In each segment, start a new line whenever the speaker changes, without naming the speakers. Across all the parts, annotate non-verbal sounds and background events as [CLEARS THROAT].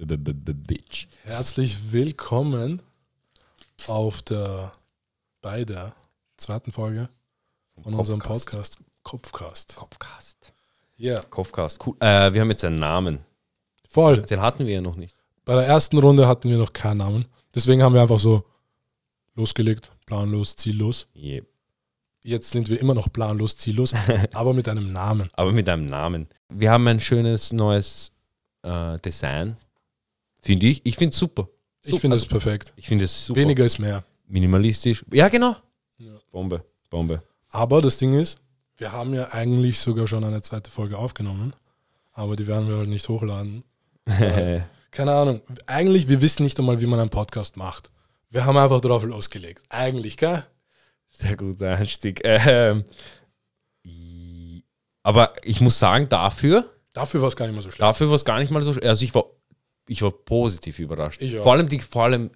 Bitch.
Herzlich willkommen auf der bei der zweiten Folge von unserem Podcast Kopfcast.
Kopfcast.
Ja,
Kopfcast. Cool. Äh, wir haben jetzt einen Namen.
voll.
Den hatten wir ja noch nicht.
Bei der ersten Runde hatten wir noch keinen Namen. Deswegen haben wir einfach so losgelegt, planlos, ziellos.
Yep.
Jetzt sind wir immer noch
[LAUGHS]
planlos, ziellos, aber mit einem Namen.
Aber mit einem Namen. Wir haben ein schönes neues äh, Design. Finde ich. Ich finde es super.
Ich
Super.
finde es perfekt.
Ich finde es super.
Weniger ist mehr.
Minimalistisch. Ja, genau.
Ja.
Bombe. [LAUGHS] Bombe.
Aber das Ding ist, wir haben ja eigentlich sogar schon eine zweite Folge aufgenommen, aber die werden wir halt nicht hochladen. Keine Ahnung. Eigentlich, wir wissen nicht einmal, wie man einen Podcast macht. Wir haben einfach drauf losgelegt. Eigentlich, gell?
Sehr guter Einstieg. Ähm, i- aber ich muss sagen, dafür,
Dafür war es gar nicht mehr so schlecht.
dafür war es gar nicht mal so. sch- Also ich war, ich war positiv überrascht.
Ich auch.
Vor allem die, vor allem,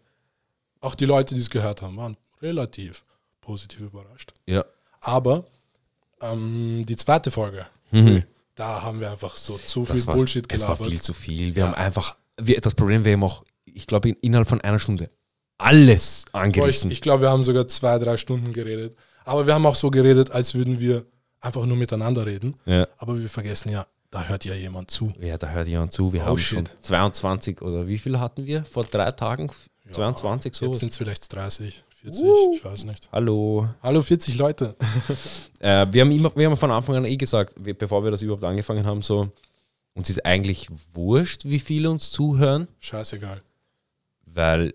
Auch die Leute, die es gehört haben, waren relativ positiv überrascht.
ja.
Aber ähm, die zweite Folge,
Mhm.
da haben wir einfach so zu
Das
viel
war,
Bullshit
es war
gelabert.
viel zu viel. Wir haben einfach, wir, das Problem, wir haben auch, ich glaube, in- innerhalb von einer Stunde alles
Boah, ich
angerissen.
ich glaube, wir haben sogar zwei, drei Stunden geredet. Aber wir haben auch so geredet, als würden wir einfach nur miteinander reden.
ja.
Aber wir vergessen ja, da hört ja jemand zu.
ja, da hört jemand zu. Wir
Oh,
haben schon
shit.
22 oder wie viel hatten wir vor drei Tagen? 22 so.
Jetzt sind es vielleicht 30, 40, ich weiß nicht.
Hallo.
Hallo 40 Leute.
Äh, wir, haben immer, wir haben von Anfang an eh gesagt, wir, bevor wir das überhaupt angefangen haben, so, uns ist eigentlich wurscht, wie viele uns zuhören,
Scheißegal.
weil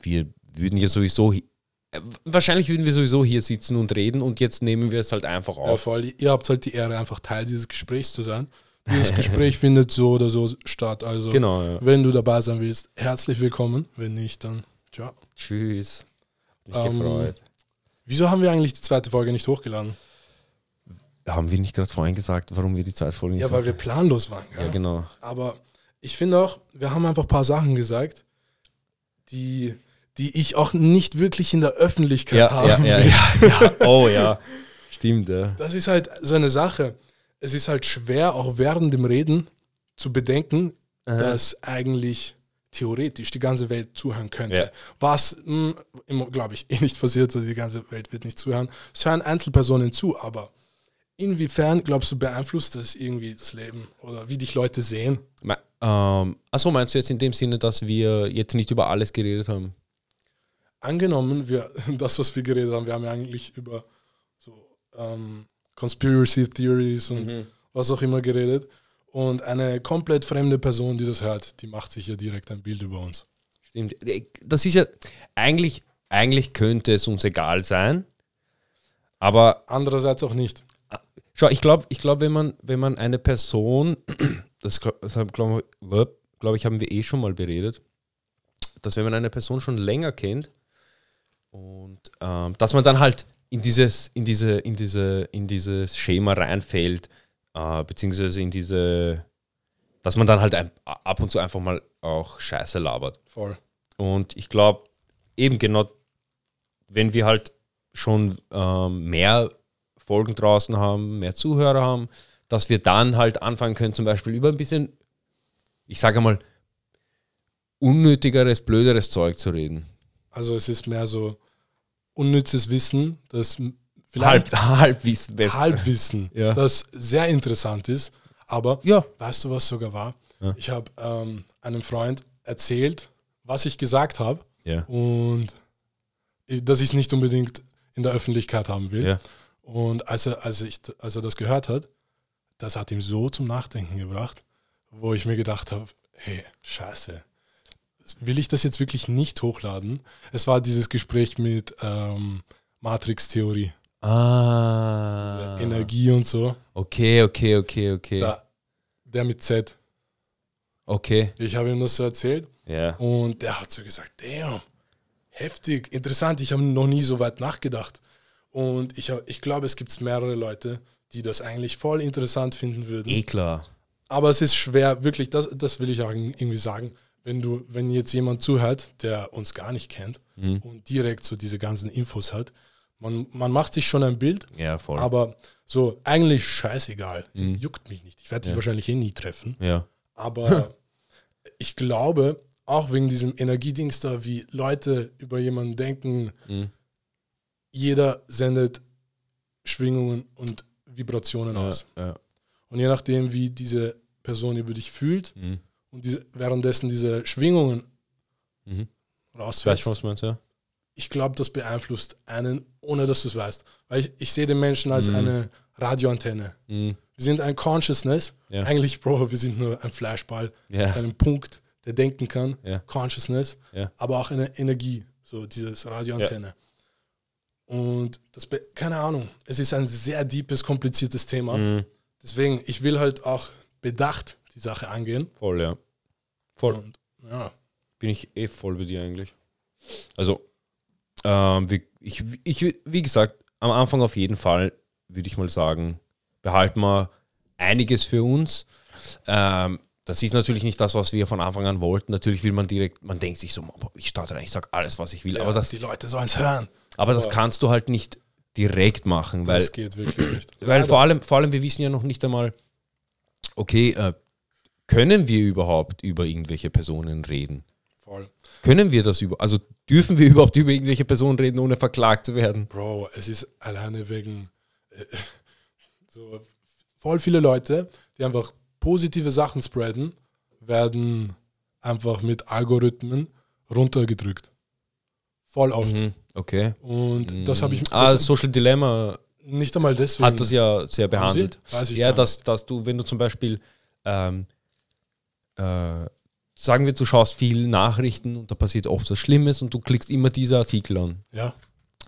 wir würden ja sowieso, hi- äh, wahrscheinlich würden wir sowieso hier sitzen und reden und jetzt nehmen wir es halt einfach
Ja,
auf.
vor allem, ihr habt halt die Ehre, einfach Teil dieses Gesprächs
[LAUGHS]
zu sein. Dieses Gespräch findet so oder so statt. Also,
Genau. Ja.
wenn du dabei sein willst, herzlich willkommen. Wenn nicht, dann ciao.
Tschüss. Mich
Ähm,
gefreut.
Wieso haben wir eigentlich die zweite Folge nicht hochgeladen?
Haben wir nicht gerade vorhin gesagt, warum wir die Zeitfolge nicht
Ja, weil wir planlos waren.
haben? Ja, genau.
Aber ich finde auch, wir haben einfach ein paar Sachen gesagt, die, die ich auch nicht wirklich in der Öffentlichkeit
Ja,
habe.
ja, ja, ja,
[LAUGHS]
ja. Oh ja. Stimmt, ja.
Das ist halt so eine Sache. Es ist halt schwer, auch während dem Reden zu bedenken, dass eigentlich theoretisch die ganze Welt zuhören könnte.
Ja.
Was, glaube ich, [LAUGHS] eh nicht passiert, also die ganze Welt wird nicht zuhören. Es hören Einzelpersonen zu, aber inwiefern, glaubst du, beeinflusst das irgendwie das Leben oder wie dich Leute sehen?
Me- Ähm, achso, meinst du jetzt in dem Sinne, dass wir jetzt nicht über alles geredet haben?
Angenommen, wir, [LAUGHS] das, was wir geredet haben, wir haben ja eigentlich über so ähm, Conspiracy Theories und was auch immer geredet. Und eine komplett fremde Person, die das hört, die macht sich ja direkt ein Bild über uns.
Stimmt. Äh, Das ist ja eigentlich, eigentlich könnte es uns egal sein. Aber
Andererseits auch nicht.
schau, ich glaube, ich glaub, wenn, man, wenn man eine Person, [CLEARS THROAT] das, gl- das glaube glaub ich, haben wir eh schon mal beredet, dass wenn man eine Person schon länger kennt und ähm, dass man dann halt in dieses, in diese, in diese, in dieses Schema reinfällt, äh, beziehungsweise in diese, dass man dann halt ein, ab und zu einfach mal auch Scheiße labert.
Voll.
Und ich glaube, eben genau, wenn wir halt schon ähm, mehr Folgen draußen haben, mehr Zuhörer haben, dass wir dann halt anfangen können, zum Beispiel über ein bisschen, ich sage mal, unnötigeres, blöderes Zeug zu reden.
Also es ist mehr so unnützes Wissen, das m- vielleicht
Halb, [LAUGHS] halbwissen besser.
Halbwissen,
Ja.
das sehr interessant ist. Aber
Ja.
weißt du, was sogar war?
Ja.
Ich habe ähm, einem Freund erzählt, was ich gesagt habe
Ja.
und ich- dass ich es nicht unbedingt in der Öffentlichkeit haben will.
Ja.
Und als er, als, ich, als er das gehört hat, das hat ihm so zum Nachdenken gebracht, wo ich mir gedacht habe, hey, scheiße, will ich das jetzt wirklich nicht hochladen? Es war dieses Gespräch mit ähm, Matrix-Theorie,
Ah.
Energie und so,
Okay, okay, okay, okay.
da, der mit Z.
Okay.
Ich habe ihm das so erzählt
Ja.
und der hat so gesagt, damn, heftig, interessant, ich habe noch nie so weit nachgedacht. Und ich, hab- ich glaube, es gibt mehrere Leute, die das eigentlich voll interessant finden würden.
Eh klar.
Aber es ist schwer, wirklich, das, das will ich auch irgendwie sagen, wenn du, wenn jetzt jemand zuhört, der uns gar nicht kennt
Mhm.
und direkt so diese ganzen Infos hat, man, man macht sich schon ein Bild,
Ja, Mhm. voll.
aber so eigentlich
[LAUGHS]
scheißegal, juckt mich nicht. Ich werde dich wahrscheinlich eh nie treffen,
ja.
aber ich glaube, auch wegen diesem Energiedings da, wie Leute über jemanden denken,
Mhm.
jeder sendet Schwingungen und Vibrationen
Ja,
aus.
ja.
Und je nachdem, wie diese Person über dich fühlt
Mhm.
und diese, währenddessen diese Schwingungen
Mhm. Ich weiß
rausfällt,
schon, was du meinst, ja.
ich glaube, das beeinflusst einen, ohne dass du es weißt. Weil ich, ich sehe den Menschen als
Mhm.
eine Radioantenne.
Mhm.
Wir sind ein Consciousness.
Ja.
Eigentlich, Bro, wir sind nur
[LAUGHS]
ein Flashball,
Ja,
einem Punkt, der denken kann.
Ja.
Consciousness,
Ja.
aber auch eine Energie, so dieses Radioantenne. Und das, be- keine Ahnung, es ist ein sehr deepes, kompliziertes Thema.
mhm.
Deswegen, ich will halt auch bedacht die Sache angehen.
voll, ja. Voll.
Und ja,
bin ich eh voll bei dir eigentlich. Also, ähm, wie, ich, ich, wie gesagt, am Anfang auf jeden Fall würde ich mal sagen, behalten wir einiges für uns. Ähm, das ist natürlich nicht das, was wir von Anfang an wollten. Natürlich will man direkt, man denkt sich so, boah, ich starte rein, ich sage alles, was ich will.
ja
aber das,
die Leute sollen es hören.
aber das kannst du halt nicht direkt machen, weil
das geht wirklich nicht.
[CLEARS THROAT] weil
Leider.
vor allem, vor allem, wir wissen ja noch nicht einmal, okay, äh, können wir überhaupt über irgendwelche Personen reden?
Voll.
Können wir das über, also dürfen wir [LAUGHS] überhaupt über irgendwelche Personen reden, ohne verklagt zu werden?
Bro, es ist alleine wegen äh, [LAUGHS] so voll viele Leute, die einfach positive Sachen spreaden, werden einfach mit Algorithmen runtergedrückt. Voll oft.
Mhm, Okay.
Und das habe ich das
Ah, Social Dilemma
nicht einmal deswegen.
hat das ja sehr
Haben Sie?
behandelt.
Weiß ich
Ja,
gar
dass, dass du, wenn du zum Beispiel, ähm, äh, sagen wir, du schaust viel Nachrichten und da passiert oft was Schlimmes und du klickst immer diese Artikel an.
nicht. ja.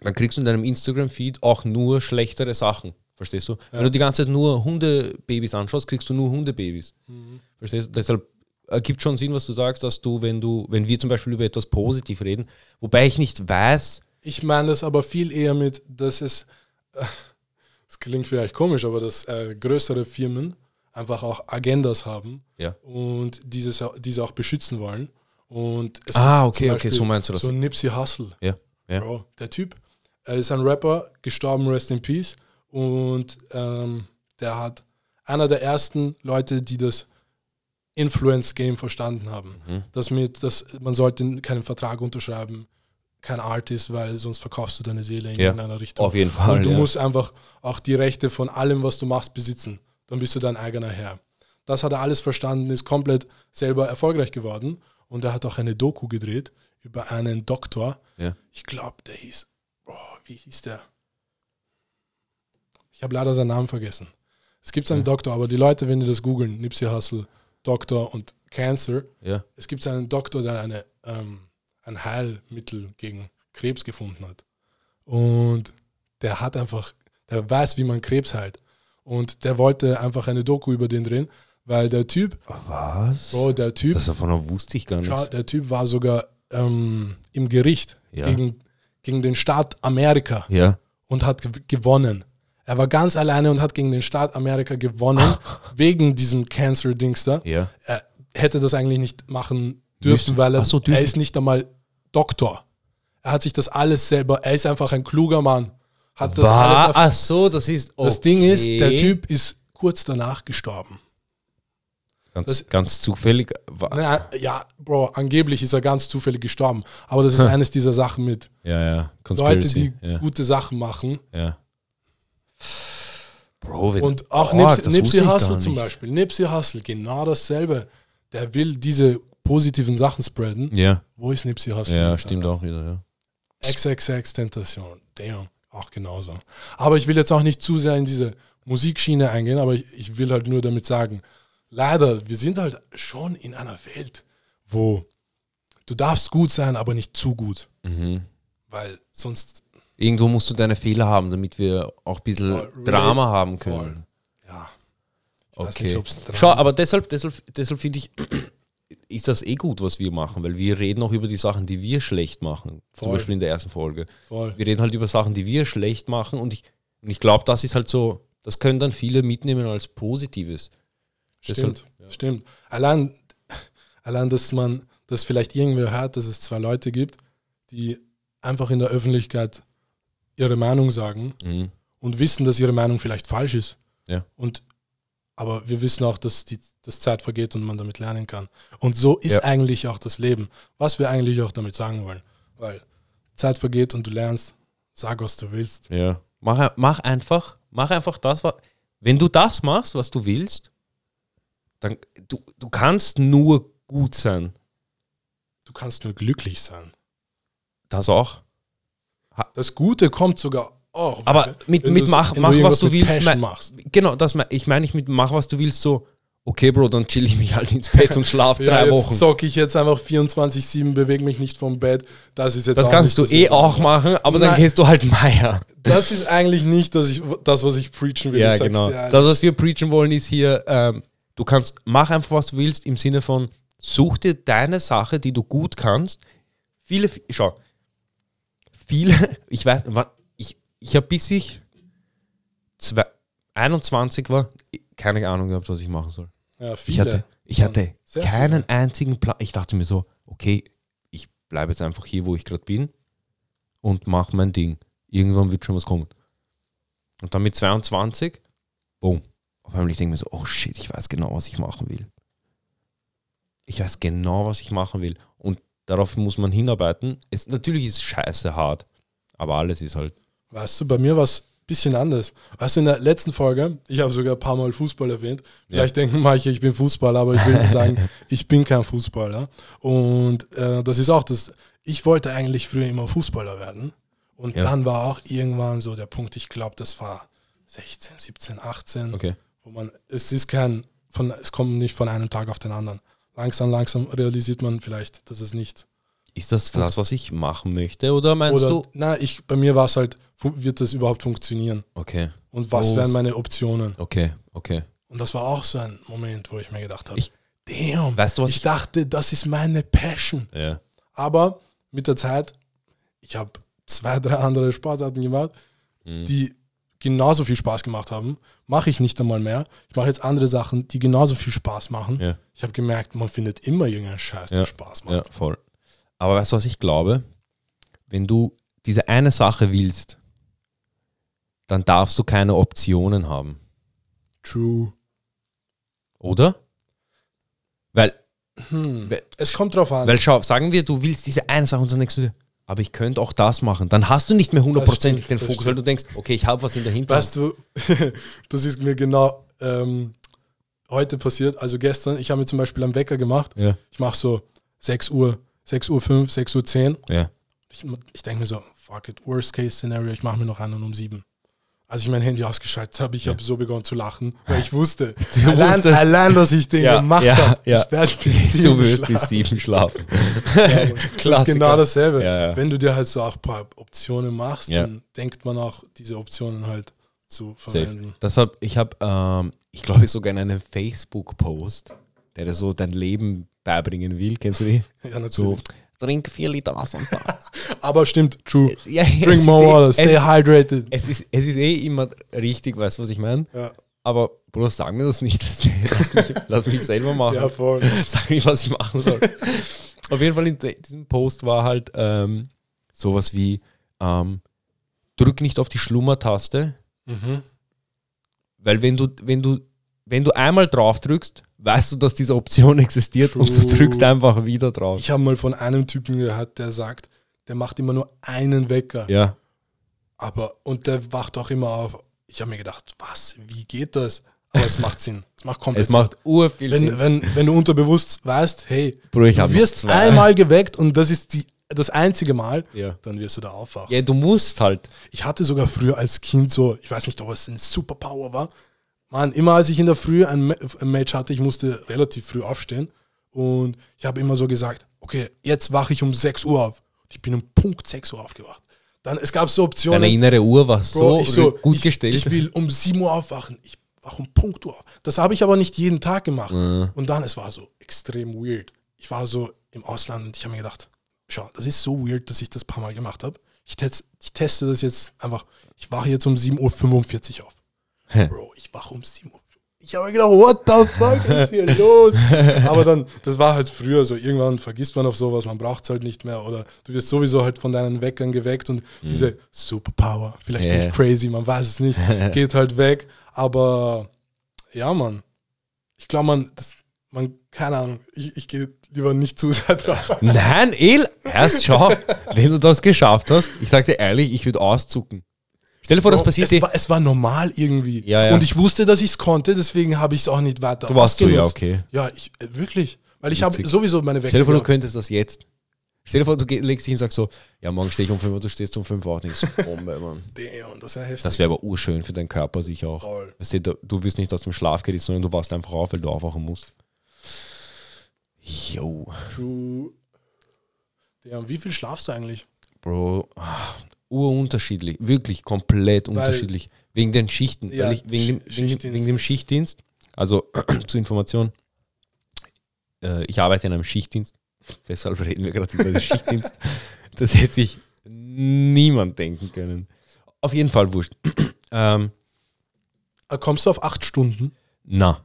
dann kriegst du in deinem Instagram-Feed auch nur schlechtere Sachen. Verstehst du? Wenn du die ganze Zeit nur Hundebabys anschaust, kriegst du nur Hundebabys.
Mhm.
Verstehst du? Deshalb ergibt schon Sinn, was du sagst, dass du, wenn du, wenn wir zum Beispiel über etwas positiv reden, wobei ich nicht weiß,
Ich meine das aber viel eher mit, dass es, [LAUGHS] es klingt vielleicht komisch, aber dass äh, größere Firmen einfach auch Agendas haben
Ja.
und dieses, au- diese auch beschützen wollen. Und es
Ah,
gibt zum
okay, okay, so meinst du das.
So Nipsey Hussle,
ja, ja,
Bro, der Typ er ist ein Rapper, gestorben, rest in peace. Und ähm, der hat einer der ersten Leute, die das Influence-Game verstanden haben.
Mhm.
Dass mit, dass man sollte keinen Vertrag unterschreiben, kein Artist, weil sonst verkaufst du deine Seele in
Ja,
irgendeiner Richtung.
auf jeden Fall.
Und du
ja.
musst einfach auch die Rechte von allem, was du machst, besitzen. Dann bist du dein eigener Herr. Das hat er alles verstanden, ist komplett selber erfolgreich geworden. Und er hat auch eine Doku gedreht über einen Doktor.
Ja.
Ich glaube, der hieß, oh, wie hieß der? Ich habe leider seinen Namen vergessen. Es gibt einen Doktor, aber die Leute, wenn die das googeln, Nipsey Hussle, Doktor und Cancer,
ja.
es gibt einen Doktor, der eine, ähm, ein Heilmittel gegen Krebs gefunden hat. Und der hat einfach, der weiß, wie man Krebs heilt. Und der wollte einfach eine Doku über den drehen, weil der Typ,
Was?
Bro, der Typ,
das davon wusste ich gar nicht.
schau, der Typ war sogar ähm, im Gericht
Ja.
gegen, gegen den Staat Amerika
Ja.
und hat gew- gewonnen. Er war ganz alleine und hat gegen den Staat Amerika
[LAUGHS]
gewonnen, wegen diesem Cancer-Dings da
Ja.
er hätte das eigentlich nicht machen dürfen,
Müssen.
weil er,
Ach so, dürfen.
er ist nicht einmal Doktor. Er hat sich das alles selber, er ist einfach ein kluger Mann. Hat das alles
War,
erf-
ach so, das ist.
Das
Ah, okay.
Ding ist, der Typ ist kurz danach gestorben.
Ganz,
das-
ganz zufällig. War,
Na, ja, Bro, angeblich ist er ganz zufällig gestorben. Aber das ist eines dieser Sachen mit
ja, ja.
Leute, die
Conspiracy, ja.
gute Sachen machen.
Ja. Bro, wenn,
Und auch
Boah,
Nipsey,
das
Nipsey
wusste ich
Hussle
gar
zum
nicht.
Beispiel. Nipsey Hussle, genau dasselbe. Der will diese positiven Sachen spreaden.
Ja,
Wo ist Nipsey Hussle?
ja,
jetzt,
stimmt auch wieder, ja.
XXX Tentation. Damn, auch genauso. Aber ich will jetzt auch nicht zu sehr in diese Musikschiene eingehen, aber ich, ich will halt nur damit sagen, leider, wir sind halt schon in einer Welt, wo du darfst gut sein, aber nicht zu gut. Weil sonst,
Irgendwo musst du deine Fehler haben, damit wir auch ein bisschen
Voll, relate,
Drama haben
voll.
können.
ja. Ich weiß
Okay.
nicht, ob's dran-
Schau, aber deshalb, deshalb, deshalb finde ich, [CLEARS THROAT] ist das eh gut, was wir machen, weil wir reden auch über die Sachen, die wir schlecht machen. Zum
Voll.
Beispiel in der ersten Folge.
Voll.
Wir reden halt über Sachen, die wir schlecht machen und ich, und ich glaube, das ist halt so, das können dann viele mitnehmen als Positives.
Stimmt, stimmt. Allein, allein, dass man, dass vielleicht irgendwer hört, dass es zwei Leute gibt, die einfach in der Öffentlichkeit ihre Meinung sagen
Mhm.
und wissen, dass ihre Meinung vielleicht falsch ist.
Ja.
Und Aber wir wissen auch, dass die dass Zeit vergeht und man damit lernen kann. Und so ist
Ja.
eigentlich auch das Leben, was wir eigentlich auch damit sagen wollen. Weil Zeit vergeht und du lernst, sag, was du willst.
Ja. Mach, ein- mach einfach, mach einfach das, was. Wenn du das machst, was du willst, dann du, du kannst nur gut sein.
Du kannst nur glücklich sein.
Das auch.
Das Gute kommt sogar auch. wenn
Aber
du-
mit,
wenn
mit
du's-
mach,
wenn
mach was
irgendwas
du
mit
willst.
Passion
Mein,
machst.
Genau, das mein, ich meine nicht mit mach was du willst, so, okay, Bro, dann chill ich mich halt ins Bett und schlaf
[LAUGHS] Ja,
drei
jetzt
Wochen.
zocke ich jetzt einfach 24-7, bewege mich nicht vom Bett. Das ist jetzt
das
auch
kannst du
nicht das
eh
Leben.
auch machen, aber dann
Nein.
gehst du halt [LAUGHS] Meier.
[LAUGHS] Das ist eigentlich nicht das, ich, das was ich preachen will.
Ja,
ich sag's
genau.
dir ehrlich.
Das, was wir preachen wollen, ist hier, ähm, du kannst, mach einfach, was du willst, im Sinne von, such dir deine Sache, die du gut kannst. Viele, schau, viele, [LAUGHS] ich weiß, wann- ich, ich habe bis ich zwei, 21 war, keine Ahnung gehabt, was ich machen soll.
ja,
Ich
viele.
hatte, ich hatte
Sehr viele.
keinen einzigen Plan. Ich dachte mir so, okay, ich bleibe jetzt einfach hier, wo ich gerade bin und mache mein Ding. Irgendwann wird schon was kommen. Und dann mit 22, boom. Auf einmal ich denke mir so, oh shit, ich weiß genau, was ich machen will. Ich weiß genau, was ich machen will. Und darauf muss man hinarbeiten. Es, natürlich ist scheiße hart, aber alles ist halt.
Weißt du, bei mir war es ein bisschen anders. Weißt du, in der letzten Folge, ich habe sogar ein paar Mal Fußball erwähnt. Vielleicht denken manche, ich bin Fußballer, aber ich will nicht sagen,
[LAUGHS]
ich bin kein Fußballer. Und äh, das ist auch das, ich wollte eigentlich früher immer Fußballer werden. Und
Ja.
dann war auch irgendwann so der Punkt, ich glaube, das war 16, 17, 18,
Okay.
wo man, es ist kein, von, es kommt nicht von einem Tag auf den anderen. Langsam, langsam realisiert man vielleicht, dass es nicht
Ist das das, was ich machen möchte? Oder meinst
Oder,
du?
na, ich, bei mir war es halt, fu- wird das überhaupt funktionieren?
Okay,
Und was
Oh,
wären
s-
meine Optionen?
okay, okay.
Und das war auch so ein Moment, wo ich mir gedacht habe,
Ich-
damn,
Weißt du, was
ich
ich-
dachte, das ist meine Passion.
Ja.
Aber mit der Zeit, ich habe zwei, drei andere Sportarten gemacht,
Mhm.
die genauso viel Spaß gemacht haben. Mache ich nicht einmal mehr. Ich mache jetzt andere Sachen, die genauso viel Spaß machen.
Ja.
Ich habe gemerkt, man findet immer irgendeinen Scheiß, der
Ja,
Spaß macht.
Ja, voll. Aber weißt du, was ich glaube? Wenn du diese eine Sache willst, dann darfst du keine Optionen haben,
True.
oder? Weil,
Hm.
Weil-
Es kommt drauf an.
weil schau, sagen wir, du willst diese eine Sache und dann denkst du, dir, aber ich könnte auch das machen. Dann hast du nicht mehr hundertprozentig
stimmt,
den
das
Fokus, weil
stimmt.
du denkst, okay, ich habe was in der Hinterhand.
Weißt du, [LAUGHS] das ist mir genau ähm, heute passiert. Also gestern, ich habe mir zum Beispiel am Wecker gemacht.
Ja,
Ich mache so 6 Uhr, 6 Uhr 5, 6 Uhr 10.
ja,
Ich, ich denke mir so, fuck it, worst case scenario, ich mache mir noch einen um 7. Als ich mein Handy ausgeschaltet habe, ich habe so begonnen zu lachen, weil ich wusste,
[LAUGHS] Du
allein,
wusstest-
allein, dass ich den
Ja,
gemacht
ja,
habe,
ja.
ich werde
[LAUGHS]
bis
Du
sieben
wirst
schlafen.
bis sieben schlafen.
[LAUGHS] Das ist genau dasselbe.
Ja, ja.
Wenn du dir halt so auch ein paar Optionen machst,
Ja.
dann denkt man auch, diese Optionen halt zu verwenden. [LAUGHS]
Safe. Das hab, ich habe, ähm, ich glaube, sogar in einem Facebook-Post, der dir so dein Leben beibringen will, kennst du die?
Ja,
So,
natürlich.
trink 4 Liter Wasser am [LAUGHS] Tag.
Aber stimmt,
[LAUGHS]
true.
Ja, es
Drink
ist
more
eh-
water, stay
es,
hydrated.
es, ist, es ist eh immer richtig, weißt du, was ich meine?
Ja,
Aber Bruder, sag mir das nicht. [LAUGHS] Lass mich, lass mich selber machen. [LAUGHS]
ja voll.
Sag mir, was ich machen
[LAUGHS]
soll. Auf jeden Fall in de- diesem Post war halt ähm, sowas wie: ähm, drück nicht auf die Schlummertaste,
Mhm.
Weil wenn du, wenn du, wenn du einmal drauf drückst, weißt du, dass diese Option existiert und du
True.
drückst einfach wieder drauf.
Ich habe mal von einem Typen gehört, der sagt, der macht immer nur einen Wecker.
Ja,
Aber, und der wacht auch immer auf. Ich habe mir gedacht, was, wie geht das? Aber es macht Sinn. Es macht komplett
es macht ur viel
Sinn.
Sinn.
Wenn, wenn, wenn du unterbewusst weißt, hey,
Bro, ich hab
du
noch
wirst
zwei.
einmal geweckt und das ist die, das einzige Mal,
Ja.
dann wirst du da aufwachen.
Ja, du musst halt.
Ich hatte sogar früher als Kind so, ich weiß nicht, ob es eine Superpower war. Mann, immer als ich in der Früh ein, Ma ein Match hatte, ich musste relativ früh aufstehen. Und ich habe immer so gesagt, okay, jetzt wache ich um 6 Uhr auf. Ich bin um Punkt 6 Uhr aufgewacht. Dann, es gab so Optionen.
Deine innere Uhr war
Bro,
so,
ich so,
gut
ich,
gestellt.
Ich will um 7 Uhr aufwachen. Ich wache um Punkt Uhr auf. Das habe ich aber nicht jeden Tag gemacht.
Mhm.
Und dann, es war so extrem weird. Ich war so im Ausland und ich habe mir gedacht, schau, das ist so weird, dass ich das ein paar Mal gemacht habe. Ich, test, ich teste das jetzt einfach. Ich wache jetzt um 7.45 Uhr auf.
Hä.
Bro, ich wache um 7 Uhr. Ich habe mir gedacht, what the fuck
[LAUGHS]
ist hier los? Aber dann, das war halt früher so. Irgendwann vergisst man auf sowas, man braucht es halt nicht mehr. Oder du wirst sowieso halt von deinen Weckern geweckt und diese Superpower, vielleicht
Mhm. Ja. [LAUGHS]
bin ich crazy, man weiß es nicht, geht halt weg. Aber Ja, Mann. Ich glaube, man, das, man, keine Ahnung, ich, ich gehe lieber nicht zu sehr drauf.
Nein, El, erst schau, wenn du das geschafft hast, ich sag dir ehrlich, ich würde auszucken. Stell dir vor, das
Bro,
passiert
es,
dir.
war, es war normal irgendwie.
Ja, ja.
Und ich wusste, dass ich es konnte, deswegen habe ich es auch nicht weiter
Du warst so, ja,
ausgenutzt.
okay.
Ja, ich, äh, wirklich. Weil ich habe
Witzig.
sowieso meine
Stell dir vor, du
Wecker.
könntest das jetzt. Stell dir vor, du geh- legst dich hin und sagst so, ja, morgen stehe ich um 5 Uhr, du stehst um 5 Uhr auf, denkst du, oh Mann.
Damn, das ist ja heftig.
Das wäre aber urschön für deinen Körper sicher auch.
Voll.
Weißt du, du, du wirst nicht aus dem Schlaf gerissen, sondern du warst einfach auf, weil du aufwachen musst. Yo,
True. Damn, wie viel schlafst du eigentlich?
Bro. ah, Urunterschiedlich. Wirklich komplett unterschiedlich. Wegen den Schichten.
Ja,
weil ich, wegen, dem,
Sch-
wegen, dem-
Schichtdienst
wegen dem
ist-
Schichtdienst. Also [CLEARS THROAT] zur Information. Äh, ich arbeite in einem Schichtdienst. [LAUGHS] Deshalb reden wir gerade über den
[LAUGHS]
Schichtdienst. Das hätte sich niemand denken können. Auf jeden Fall wurscht. [CLEARS THROAT] ähm,
Äh, Kommst du auf acht Stunden?
Na,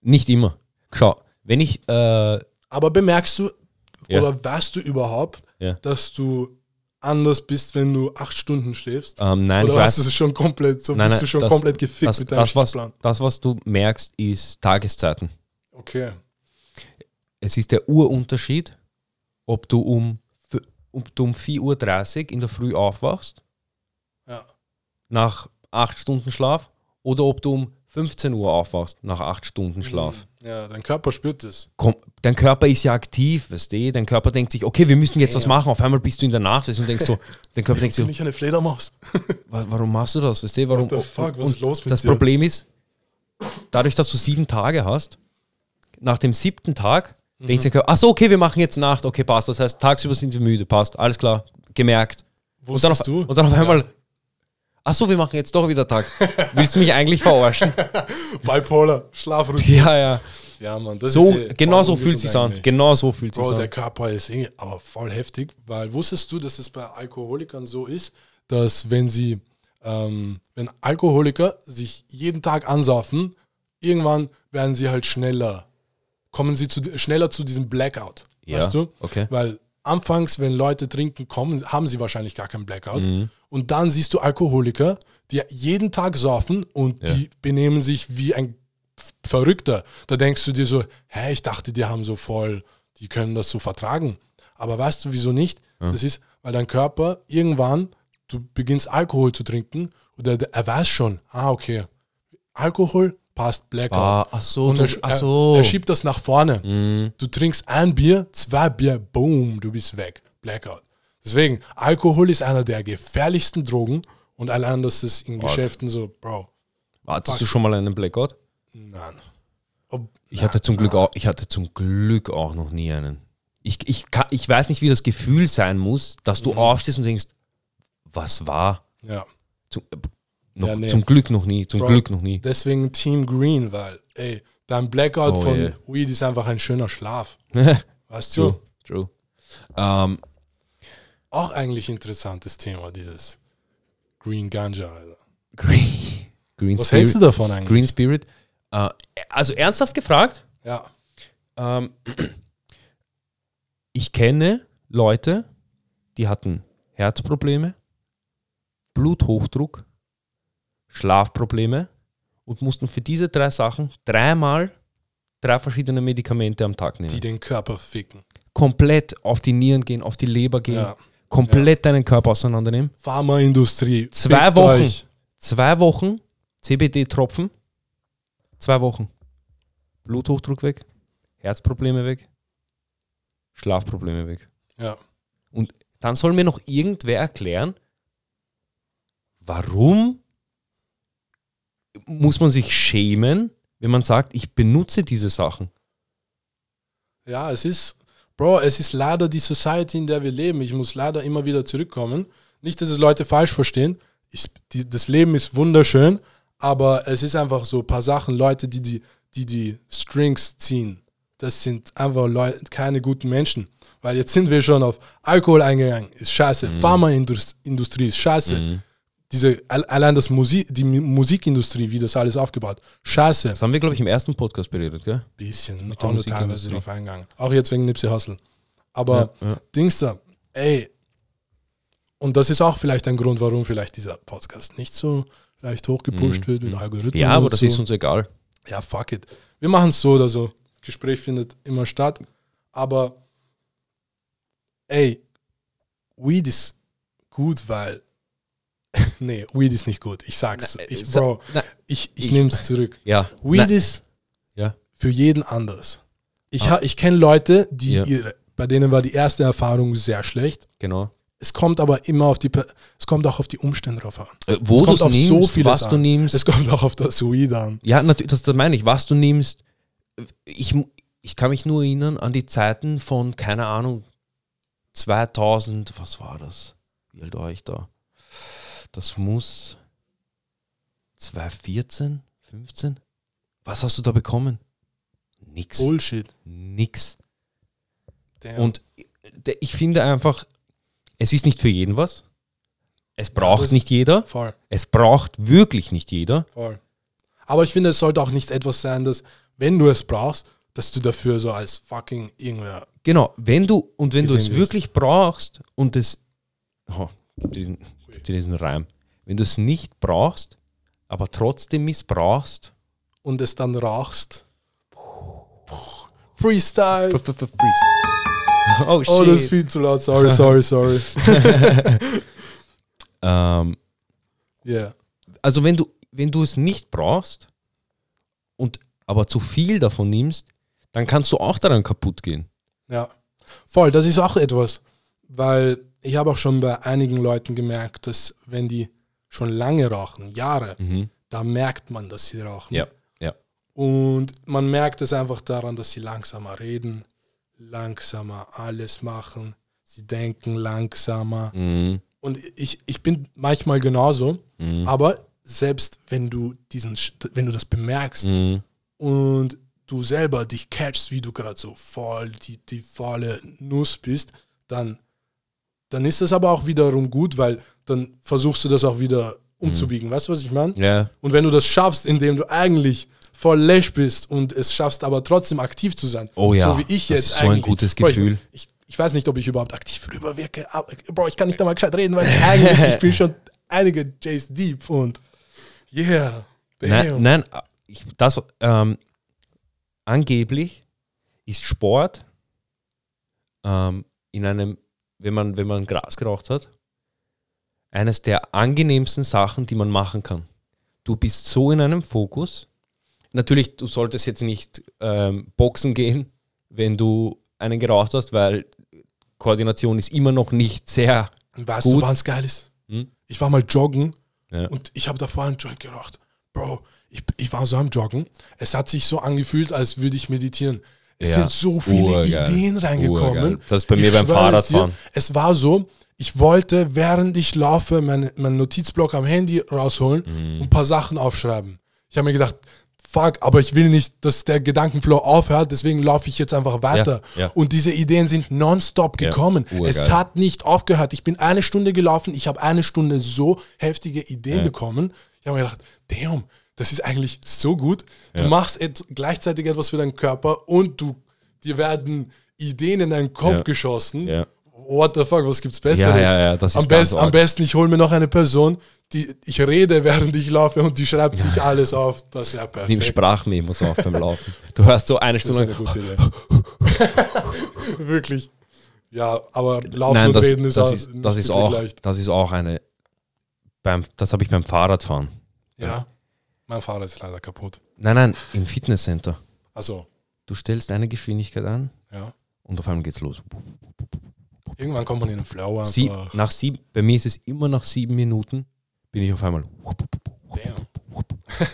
nicht immer. Schau, wenn ich, äh,
Aber bemerkst du
Ja.
oder weißt du überhaupt,
Ja.
dass du anders bist, wenn du acht Stunden schläfst?
ähm, nein,
oder
ich weiß,
weißt du es schon komplett, so
Nein,
bist
nein,
du schon
das-
komplett gefickt
das,
mit deinem
das, was,
Schichtplan?
das, was du merkst, ist Tageszeiten.
Okay.
Es ist der Urunterschied, ob du um, fü- ob du um 4.30 Uhr in der Früh aufwachst,
Ja.
nach 8 Stunden Schlaf, oder ob du um 15 Uhr aufwachst, nach 8 Stunden Schlaf.
Ja, dein Körper spürt es.
Komm, dein Körper ist ja aktiv, weißt du? Dein Körper denkt sich, okay, wir müssen jetzt was machen. Auf einmal bist du in der Nacht weißt, du, und denkst
[LAUGHS]
so, dein Körper denkt sich,
Bin ich eine Fledermaus?
Wa- Warum machst du das? Weißt du, warum?
What the fuck, was
und
ist los mit
das
dir?
Problem ist, dadurch, dass du sieben Tage hast, nach dem siebten Tag
Mhm.
denkst du, achso, okay, wir machen jetzt Nacht, okay, passt. Das heißt, tagsüber sind wir müde, passt, alles klar, gemerkt. Und dann, auf,
Wusstest du?
und dann auf einmal, achso, wir machen jetzt doch wieder
[LAUGHS]
Tag. Willst du mich eigentlich verarschen?
Bipolar, Schlafrhythmus.
ja, ja.
ja, Mann, das
So,
ist eh
genau
voll
so fühlt
ungesund
sich's an.
eigentlich.
Genau so fühlt sich's
Bro, der
an.
Körper ist eh, aber voll heftig, weil wusstest du, dass es bei Alkoholikern so ist, dass wenn sie, ähm, wenn Alkoholiker sich jeden Tag ansaufen, irgendwann werden sie halt schneller, kommen sie zu, schneller zu diesem Blackout,
Ja,
weißt du?
okay.
Weil anfangs, wenn Leute trinken kommen, haben sie wahrscheinlich gar keinen Blackout.
Mhm.
Und dann siehst du Alkoholiker, die jeden Tag saufen und
Ja.
die benehmen sich wie ein Verrückter. Da denkst du dir so, hä, ich dachte, die haben so voll, die können das so vertragen. Aber weißt du, wieso nicht? Das ist, weil dein Körper irgendwann, du beginnst Alkohol zu trinken oder der- er weiß schon, ah, okay, Alkohol passt Blackout.
Ah, ach so,
Und
du,
er, sch-
ach
er-
so. Mhm.
er schiebt das nach vorne. Du trinkst ein Bier, zwei Bier, boom, du bist weg. Blackout. Deswegen, Alkohol ist einer der gefährlichsten Drogen und allein, dass es in Geschäften so, Bro,
Hattest du schon mal einen Blackout?
nein. Ob,
Ich hatte zum Glück auch, ich hatte zum Glück auch noch nie einen. Ich, ich, kann, ich weiß nicht, wie das Gefühl sein muss, dass
Mhm.
du aufstehst und denkst, was war?
ja.
Zum, äh, noch,
Ja, nee.
zum Glück noch nie, zum
Bro,
Glück noch
[LAUGHS]
nie.
Deswegen Team Green, weil, ey, dein Blackout
Oh,
von
yeah.
Weed ist einfach ein schöner Schlaf. Weißt du?
[LAUGHS] true, true. Ähm, [LAUGHS]
Auch eigentlich interessantes Thema, dieses Green Ganja. Alter.
Green, Green
Was
Spirit.
hältst du davon eigentlich?
Green Spirit. Äh, also ernsthaft gefragt,
Ja.
ähm, ich kenne Leute, die hatten Herzprobleme, Bluthochdruck, Schlafprobleme und mussten für diese drei Sachen dreimal drei verschiedene Medikamente am Tag nehmen.
Die den Körper ficken.
komplett auf die Nieren gehen, auf die Leber gehen,
Ja.
komplett deinen Körper auseinandernehmen.
Pharmaindustrie.
Zwei
fickt
Wochen.
euch.
Zwei Wochen CBD-Tropfen, zwei Wochen Bluthochdruck weg, Herzprobleme weg, Schlafprobleme weg.
Ja.
Und dann soll mir noch irgendwer erklären, warum muss man sich schämen, wenn man sagt, ich benutze diese Sachen.
Ja, es ist, Bro, es ist leider die Society, in der wir leben. Ich muss leider immer wieder zurückkommen. Nicht, dass es Leute falsch verstehen. Ich, die, das Leben ist wunderschön, aber es ist einfach so ein paar Sachen, Leute, die die, die, die Strings ziehen. Das sind einfach Leu keine guten Menschen. Weil jetzt sind wir schon auf Alkohol eingegangen, ist scheiße.
Mhm.
Pharmaindustrie ist scheiße. Diese, al- allein das Musik, die Mi- Musikindustrie, wie das alles aufgebaut, scheiße.
Das haben wir, glaube ich, im ersten Podcast beredet, gell?
bisschen
der
auch nur
Musik
teilweise
Industrie.
drauf eingegangen. Auch jetzt wegen Nipsey Hussle. Aber
Ja, ja.
Dings da, ey, und das ist auch vielleicht ein Grund, warum vielleicht dieser Podcast nicht so leicht hochgepusht wird mit Algorithmen.
Mhm. Ja, aber
und
das
so.
ist uns egal.
ja, fuck it. Wir machen es so oder so. Gespräch findet immer statt. Aber ey, Weed ist gut, weil. [LAUGHS] nee, Weed ist nicht gut. Ich sag's.
Na, äh,
ich,
so-
Bro,
na,
ich, ich,
ich-
nehm's zurück.
Ja.
Weed
Nein,
ist
Ja.
für jeden anders. Ich,
Ah.
ha- ich kenne Leute, die
Ja.
ihre, bei denen war die erste Erfahrung sehr schlecht.
genau.
Es kommt aber immer auf die, Per- es kommt auch auf die Umstände drauf an.
Äh, wo du
kommt
es
auf
nimmst,
so vieles
was du
an.
nimmst.
Es kommt auch auf das Weed an.
Ja, natürlich, das, das meine ich. Was du nimmst, ich, mu- ich kann mich nur erinnern an die Zeiten von, keine Ahnung, 2000, was war das? Wie alt war ich da? Das muss 2014, 15? Was hast du da bekommen? Nix.
Bullshit.
Nix.
Und
Und der- ich finde einfach, es ist nicht für jeden was. Es braucht
das-
nicht jeder.
voll,
Es braucht wirklich nicht jeder.
voll. Aber ich finde, es sollte auch nicht etwas sein, dass, wenn du es brauchst, dass du dafür so als fucking irgendwer.
Genau, wenn du und wenn du
Gesehen
es
wirst.
wirklich brauchst und es oh, gibt diesen, gibt dir diesen Reim, wenn du es nicht brauchst, aber trotzdem missbrauchst, [LAUGHS]
und es dann rauchst. Freestyle.
f- f- f- freeze. Oh shit.
Oh, das ist viel zu laut. Sorry, sorry, sorry.
[LAUGHS] ähm,
Yeah.
also wenn du wenn du es nicht brauchst und aber zu viel davon nimmst, dann kannst du auch daran kaputt gehen.
Ja. Voll, das ist auch etwas. Weil ich habe auch schon bei einigen Leuten gemerkt, dass wenn die schon lange rauchen, Jahre, da merkt man, dass sie rauchen.
Mhm. Ja, ja.
Und man merkt es einfach daran, dass sie langsamer reden, langsamer alles machen, sie denken langsamer.
Mhm.
Und ich, ich bin manchmal genauso,
Mhm.
aber selbst wenn du diesen, Sch- wenn du das bemerkst
Mhm.
und du selber dich catchst, wie du gerade so voll die, die volle Nuss bist, dann, dann ist das aber auch wiederum gut, weil dann versuchst du das auch wieder umzubiegen. Weißt du, was ich meine?
Mhm. Ja,
Und wenn du das schaffst, indem du eigentlich voll läsch bist und es schaffst, aber trotzdem aktiv zu sein,
Oh ja,
so wie ich
das
jetzt
ist so ein
eigentlich.
gutes
Bro, ich-
Gefühl.
Ich, ich weiß nicht, ob ich überhaupt aktiv rüberwirke. aber- Bro, ich kann nicht einmal gescheit reden, weil
[LAUGHS]
eigentlich ich bin schon einige Jays deep und yeah.
Nein, nein ich, das ähm, angeblich ist Sport ähm, in einem, wenn man, wenn man Gras geraucht hat, eines der angenehmsten Sachen, die man machen kann. Du bist so in einem Fokus. Natürlich, du solltest jetzt nicht ähm, boxen gehen, wenn du einen geraucht hast, weil Koordination ist immer noch nicht sehr.
Weißt
Gut.
du, was geil ist?
Hm?
Ich war mal joggen
Ja.
und ich habe davor einen Joint geraucht. Bro, ich, ich war so am Joggen. Es hat sich so angefühlt, als würde ich meditieren. Es
Ja.
sind so viele
Urgeil.
Ideen reingekommen.
Urgeil. Das ist bei mir
Ich
beim
schwöre es
Fahrradfahren.
Dir, es war so, ich wollte, während ich laufe, meinen meinen Notizblock am Handy rausholen
Mhm.
und ein paar Sachen aufschreiben. Ich habe mir gedacht, fuck, aber ich will nicht, dass der Gedankenflow aufhört, deswegen laufe ich jetzt einfach weiter.
ja.
Und diese Ideen sind nonstop
Ja,
gekommen.
urgeil.
es hat nicht aufgehört. Ich bin eine Stunde gelaufen, ich habe eine Stunde so heftige Ideen bekommen. Ich habe mir gedacht, damn, das ist eigentlich so gut. Du
Ja.
machst et gleichzeitig etwas für deinen Körper und du dir werden Ideen in deinen Kopf
Ja.
geschossen.
Ja.
What the fuck, was gibt's Besseres?
Ja, ja, ja, das ist
am,
ganz
besten, am
arg.
besten, ich hole mir noch eine Person, die ich rede, [LAUGHS] während ich laufe und die schreibt sich alles auf. Das wäre
Nimm
perfekt.
Sprachmemos auf beim Laufen. Du hörst so eine
Das ist
Stunde lang,
eine gute Idee. [LAUGHS] Wirklich. Ja, aber laufen
Nein,
und
das,
reden ist
das,
auch
ist,
nicht
das ist
wirklich
auch,
leicht.
das ist auch eine. Beim, das habe ich beim Fahrradfahren.
Ja. Mein Fahrrad ist leider kaputt.
Nein, nein, im Fitnesscenter.
Also,
Du stellst eine Geschwindigkeit an
ja.
und auf einmal geht's los.
Irgendwann kommt man in den Flow einfach.
Sieb, nach sieben, bei mir ist es immer nach sieben Minuten, bin ich auf einmal [LAUGHS]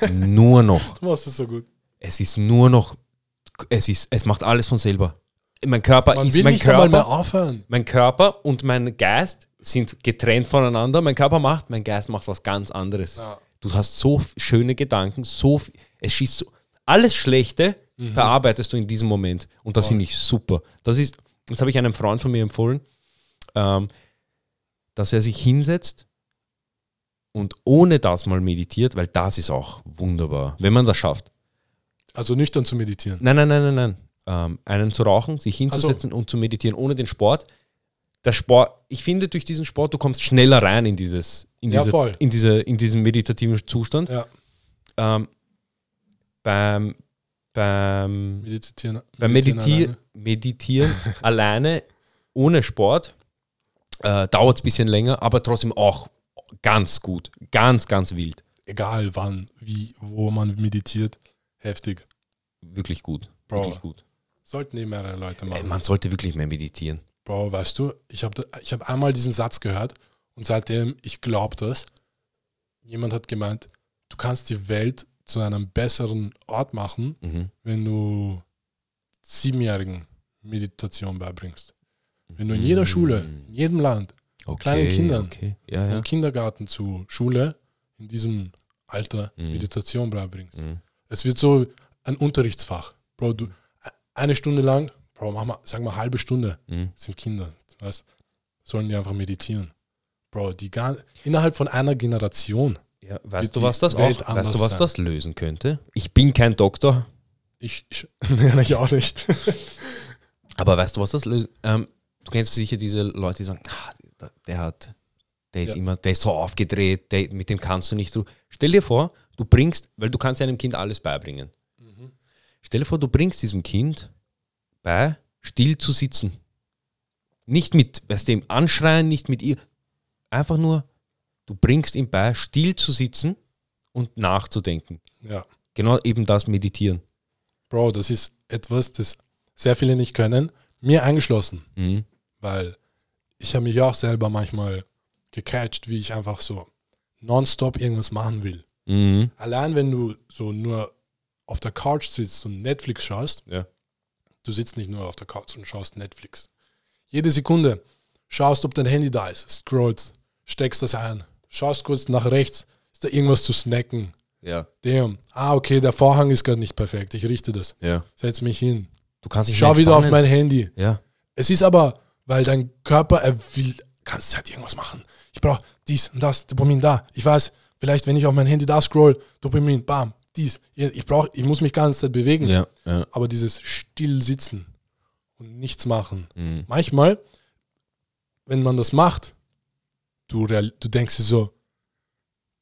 Damn.
nur noch.
Du machst es so gut.
Es ist nur noch. Es ist, es macht alles von selber. Mein Körper
Man
ist
will
mein
nicht einmal mehr
Körper.
aufhören.
Mein Körper und mein Geist sind getrennt voneinander. Mein Körper macht, mein Geist macht was ganz anderes.
Ja.
Du hast so f- schöne Gedanken, so f- es schießt so, alles Schlechte verarbeitest du in diesem Moment und das finde ich super. Das ist, das habe ich einem Freund von mir empfohlen, ähm, dass er sich hinsetzt und ohne das mal meditiert, weil das ist auch wunderbar, wenn man das schafft.
Also nüchtern zu meditieren.
Nein, nein, nein, nein, nein. Ähm, einen zu rauchen, sich hinzusetzen und zu meditieren ohne den Sport. Der Sport, ich finde, durch diesen Sport, du kommst schneller rein in dieses, in
Ja,
diese,
voll.
in diese, in diesen meditativen Zustand
Ja.
ähm, beim, beim,
Meditieren.
beim Meditieren, Meditieren [LAUGHS] alleine ohne Sport äh, dauert es ein bisschen länger, aber trotzdem auch ganz gut. Ganz, ganz wild.
Egal wann, wie, wo man meditiert. Heftig.
Wirklich gut.
Bro.
Wirklich gut.
Sollten eh mehrere Leute
Ey,
machen.
man sollte wirklich mehr meditieren.
Bro, weißt du, ich habe ich hab einmal diesen Satz gehört und seitdem, ich glaube das, jemand hat gemeint, du kannst die Welt zu einem besseren Ort machen,
Mhm.
wenn du Siebenjährigen Meditation beibringst. Wenn du in jeder Schule, in jedem Land,
Okay,
kleinen Kindern.
Okay. Ja, ja.
vom Kindergarten zu Schule, in diesem Alter
Mhm.
Meditation beibringst.
Mhm.
Es wird so ein Unterrichtsfach. Bro, du, eine Stunde lang, Bro, mach mal, sag mal halbe Stunde,
Mhm.
Das sind Kinder, du weißt, sollen die einfach meditieren. Bro, die gar, innerhalb von einer Generation,
Ja, weißt
Wird
du,
die
was das
Welt
auch, weißt
anders
du, was
sein?
das lösen könnte? Ich bin kein Doktor,
ich, ich, [LAUGHS] Nein, ich auch nicht. [LAUGHS]
aber weißt du, was das lösen? Ähm, du kennst sicher diese Leute, die sagen, ah, der- der hat, der ist
Ja.
immer, der ist so aufgedreht, der, mit dem kannst du nicht. Du, stell dir vor, du bringst, weil du kannst ja einem Kind alles beibringen.
Mhm.
Stell dir vor, du bringst diesem Kind bei, still zu sitzen. Nicht mit, weißt du, ihm anschreien, nicht mit ihr. Einfach nur, du bringst ihm bei, still zu sitzen und nachzudenken.
Ja.
Genau eben das Meditieren.
Bro, das ist etwas, das sehr viele nicht können, mir eingeschlossen.
Mhm.
weil ich habe mich auch selber manchmal gecatcht, wie ich einfach so nonstop irgendwas machen will.
Mhm.
Allein wenn du so nur auf der Couch sitzt und Netflix schaust,
Ja.
du sitzt nicht nur auf der Couch und schaust Netflix. Jede Sekunde schaust, ob dein Handy da ist, scrollst, steckst das ein, schaust kurz nach rechts, ist da irgendwas zu snacken.
Ja,
Damn, ah okay, der Vorhang ist gerade nicht perfekt, ich richte das,
ja.
setz mich hin,
Du kannst dich
schau
mehr
wieder auf
entspannen.
mein Handy,
Ja.
es ist aber, weil dein Körper, er will, kannst halt irgendwas machen. Ich brauche dies und das, Dopamin da. Ich weiß, vielleicht, wenn ich auf mein Handy da scroll, Dopamin, bam, dies. Ich brauche, ich muss mich ganze Zeit bewegen.
Ja, ja.
Aber dieses still sitzen und nichts machen.
Mhm.
Manchmal, wenn man das macht, du, real, du denkst dir so,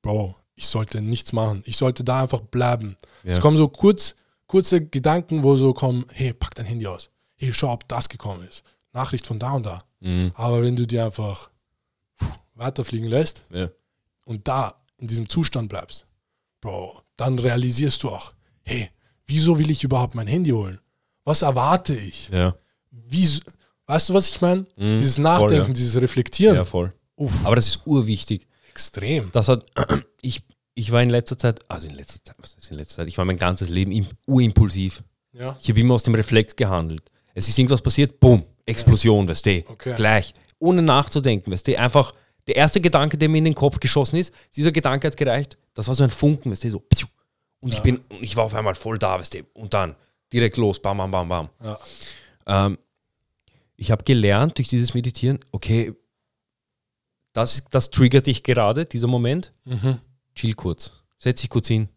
Bro, ich sollte nichts machen. Ich sollte da einfach bleiben.
Ja.
Es kommen so kurz, kurze Gedanken, wo so kommen, hey, pack dein Handy aus. Hey, schau, ob das gekommen ist. Nachricht von da und da.
Mhm.
Aber wenn du die einfach puh, weiterfliegen lässt
Ja.
und da in diesem Zustand bleibst, Bro, dann realisierst du auch, hey, wieso will ich überhaupt mein Handy holen? Was erwarte ich?
Ja.
Wieso, weißt du, was ich meine?
Mhm.
Dieses
Voll,
Nachdenken,
ja.
dieses Reflektieren.
ja, voll.
Uff,
Aber das ist urwichtig.
extrem.
Das hat, ich, ich war in letzter Zeit, also in letzter Zeit, was ist in letzter Zeit? Ich war mein ganzes Leben im- urimpulsiv.
Ja,
Ich habe immer aus dem Reflex gehandelt. Es ist irgendwas passiert, bumm, Explosion, weißt du?
Okay.
Gleich. Ohne nachzudenken, weißt du? Einfach, der erste Gedanke, der mir in den Kopf geschossen ist, dieser Gedanke hat gereicht, das war so ein Funken, weißt du? So, pfiuh. und ich bin, und ich war auf einmal voll da, weißt du? Und dann direkt los, bam, bam, bam, bam.
ja,
Ähm, ich habe gelernt durch dieses Meditieren, okay, das, das triggert dich gerade, dieser Moment.
mhm.
Chill kurz. Setz dich kurz hin.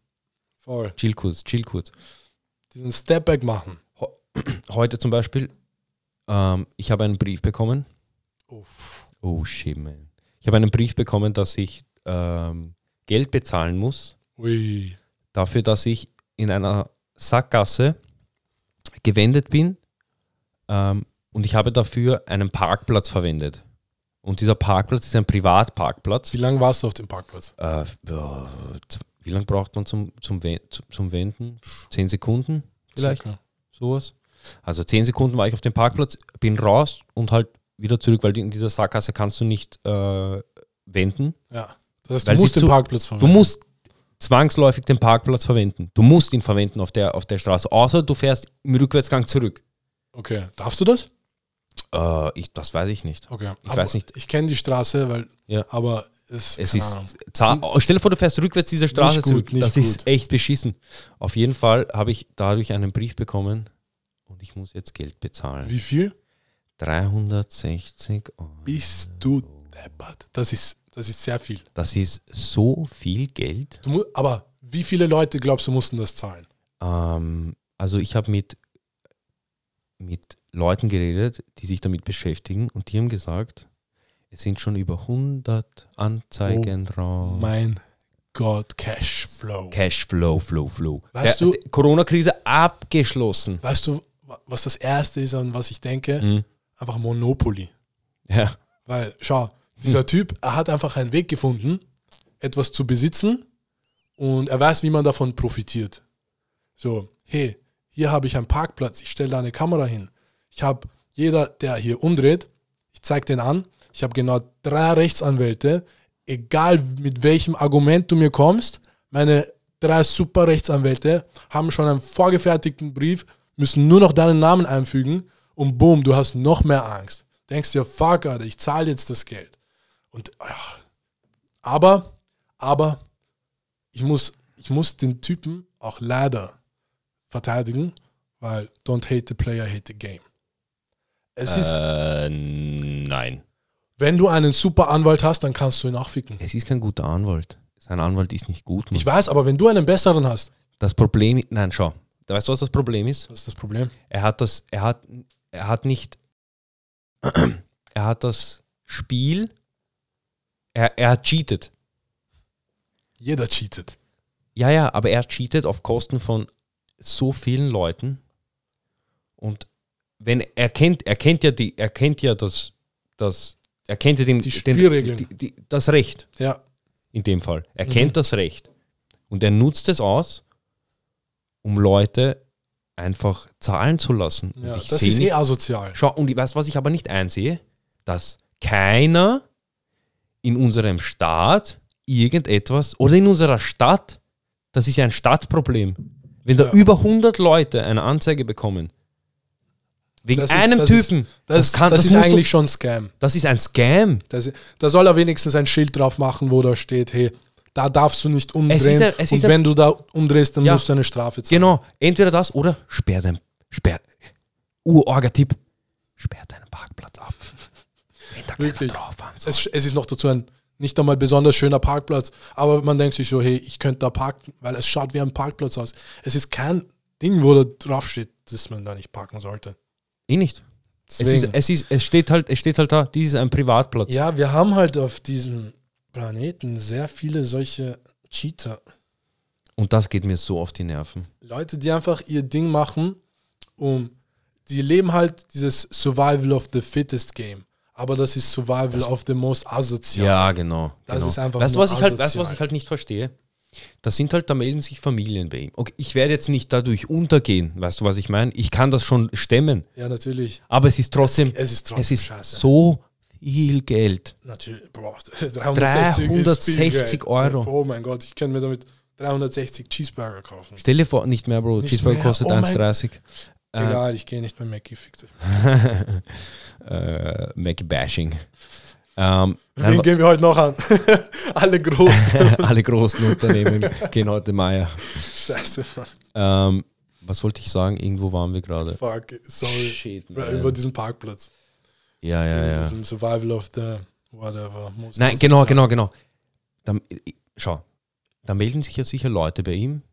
voll.
Chill kurz, chill kurz.
Diesen Stepback machen.
Heute zum Beispiel, ähm, ich habe einen Brief bekommen.
Uff.
Oh shit, man. Ich habe einen Brief bekommen, dass ich ähm, Geld bezahlen muss,
Ui.
dafür, dass ich in einer Sackgasse gewendet bin ähm, und ich habe dafür einen Parkplatz verwendet. Und dieser Parkplatz ist ein Privatparkplatz.
Wie lange warst du auf dem Parkplatz?
Äh, ja, z- wie lange braucht man zum, zum, Wen- zu- zum Wenden? Zehn Sekunden vielleicht?
Circa.
sowas. Also zehn Sekunden war ich auf dem Parkplatz, bin raus und halt wieder zurück, weil die- in dieser Sackgasse kannst du nicht äh, wenden.
Ja. Das heißt, du
Weil sie
musst den
zu-
Parkplatz
Du
verwenden.
musst zwangsläufig den Parkplatz verwenden. Du musst ihn verwenden auf der, auf der Straße, außer du fährst im Rückwärtsgang zurück.
Okay. Darfst du das?
Äh, ich, das weiß ich nicht.
Okay.
Ich weiß nicht.
Ich kenne die Straße, weil.
Ja.
Aber es,
Es
keine
ist
Ahnung.
zar- oh, stell dir vor, du fährst rückwärts dieser Straße
Nicht gut,
zurück.
nicht
das ist echt beschissen. Auf jeden Fall habe ich dadurch einen Brief bekommen und ich muss jetzt Geld bezahlen.
Wie viel?
360 Euro.
Bist du deppert. Das ist, das ist sehr viel.
Das ist so viel Geld.
Du mu aber wie viele Leute glaubst du mussten das zahlen?
Ähm, also ich habe mit, mit Leuten geredet, die sich damit beschäftigen und die haben Oh. gesagt, es sind schon über 100 Anzeigen raus.
Oh Mein Gott, Cashflow.
Cashflow, Flow, Flow.
Weißt
Der-
du-
die Corona-Krise
[LAUGHS]
abgeschlossen.
Weißt du, wa- was das Erste ist, an was ich denke?
Mhm.
Einfach Monopoly.
Ja.
Weil, schau, dieser Typ, er hat einfach einen Weg gefunden, etwas zu besitzen und er weiß, wie man davon profitiert. So, hey, hier habe ich einen Parkplatz, ich stelle da eine Kamera hin. Ich habe jeder, der hier umdreht, ich zeige den an, ich habe genau drei Rechtsanwälte, egal mit welchem Argument du mir kommst, meine drei super Rechtsanwälte haben schon einen vorgefertigten Brief, müssen nur noch deinen Namen einfügen und boom, du hast noch mehr Angst. Denkst dir, fuck, Alter, ich zahle jetzt das Geld. Und ach, aber, aber, ich muss, ich muss den Typen auch leider verteidigen, weil don't hate the player, hate the game. Es ist,
Äh, nein.
wenn du einen super Anwalt hast, dann kannst du ihn auch ficken.
Es ist kein guter Anwalt. Sein Anwalt ist nicht gut. Mann.
Ich weiß, aber wenn du einen besseren hast,
Das Problem, nein, schau. Weißt du, was das Problem ist?
das ist das Problem.
Er hat das, er hat, er hat nicht, [CLEARS THROAT] er hat das Spiel, er, er hat cheated.
Jeder cheatet.
Ja, ja, aber er cheatet auf Kosten von so vielen Leuten. Und wenn er kennt, er kennt ja die, er kennt ja das, das, er kennt ja den,
Die
den,
Spielregeln. Mhm.
die, die, das Recht.
Ja,
in dem Fall. Er kennt das Recht. Und er nutzt es aus, um Leute einfach zahlen zu lassen.
ja
und ich
das
sehe
ist eh
nicht,
asozial.
schau, und ich weiß, was ich aber nicht einsehe, dass keiner in unserem Staat irgendetwas oder in unserer Stadt, das ist ja ein Stadtproblem, wenn da
Ja.
über 100 Leute eine Anzeige bekommen. Wegen
Das ist-
einem
das ist-
Typen.
Das, das, ist
musst
eigentlich schon Scam.
Du, das ist ein Scam.
Das, da soll er wenigstens ein Schild drauf machen, wo da steht, hey, da darfst du nicht umdrehen.
Es ist ja- es
und
ist ja-
wenn du da umdrehst, dann
Ja.
musst du eine Strafe zahlen.
Genau, entweder das oder sperr dein, sperr, Urorga-Tipp, sperr deinen Parkplatz ab. Wenn da keiner
Wirklich.
drauf fahren soll.
Es, es ist noch dazu ein nicht einmal besonders schöner Parkplatz, aber man denkt sich so, hey, ich könnte da parken, weil es schaut wie ein Parkplatz aus. Es ist kein Ding, wo da drauf steht, dass man da nicht parken sollte.
Eh nicht. Es, ist,
Deswegen.
es, ist, es, steht halt, es steht halt da, dies ist ein Privatplatz.
Ja, wir haben halt auf diesem Planeten sehr viele solche Cheater.
Und das geht mir so auf die Nerven.
Leute, die einfach ihr Ding machen, um. Die leben halt dieses Survival of the Fittest Game. Aber das ist Survival of the Most Asozial.
Ja, genau.
Das
genau.
ist einfach
weißt, du,
nur
was ich halt, weißt du,
asozial.
was ich halt nicht verstehe? Das sind halt, da melden sich Familien bei ihm. Okay, ich werde jetzt nicht dadurch untergehen, weißt du, was ich meine? Ich kann das schon stemmen,
Ja, natürlich.
aber es ist trotzdem,
Es ist trotzdem
es ist
scheiße.
so viel Geld.
Natürlich, boah, [LAUGHS]
360
Geld.
Euro.
Oh mein Gott, ich kann mir damit 360 Cheeseburger kaufen.
Stell dir vor, nicht mehr, Bro.
Nicht
Cheeseburger
mehr.
kostet
Oh mein-
1,30.
Egal, ich gehe nicht bei Mackey, fickt euch.
[LAUGHS] Äh, Mac-Bashing. Ähm,
Wen
nein,
gehen wir heute noch an? [LAUGHS] Alle groß.
[LAUGHS] alle großen Unternehmen gehen heute Meier.
Scheiße, Mann.
Ähm, was wollte ich sagen? Irgendwo waren wir gerade.
Fuck, sorry.
Shit,
Bro,
man.
Über diesen Parkplatz.
Ja, ja,
Über
ja.
diesem Survival of the whatever. Most
Nein, genau,
Asozial.
genau, genau. Da, schau, da melden sich ja sicher Leute bei ihm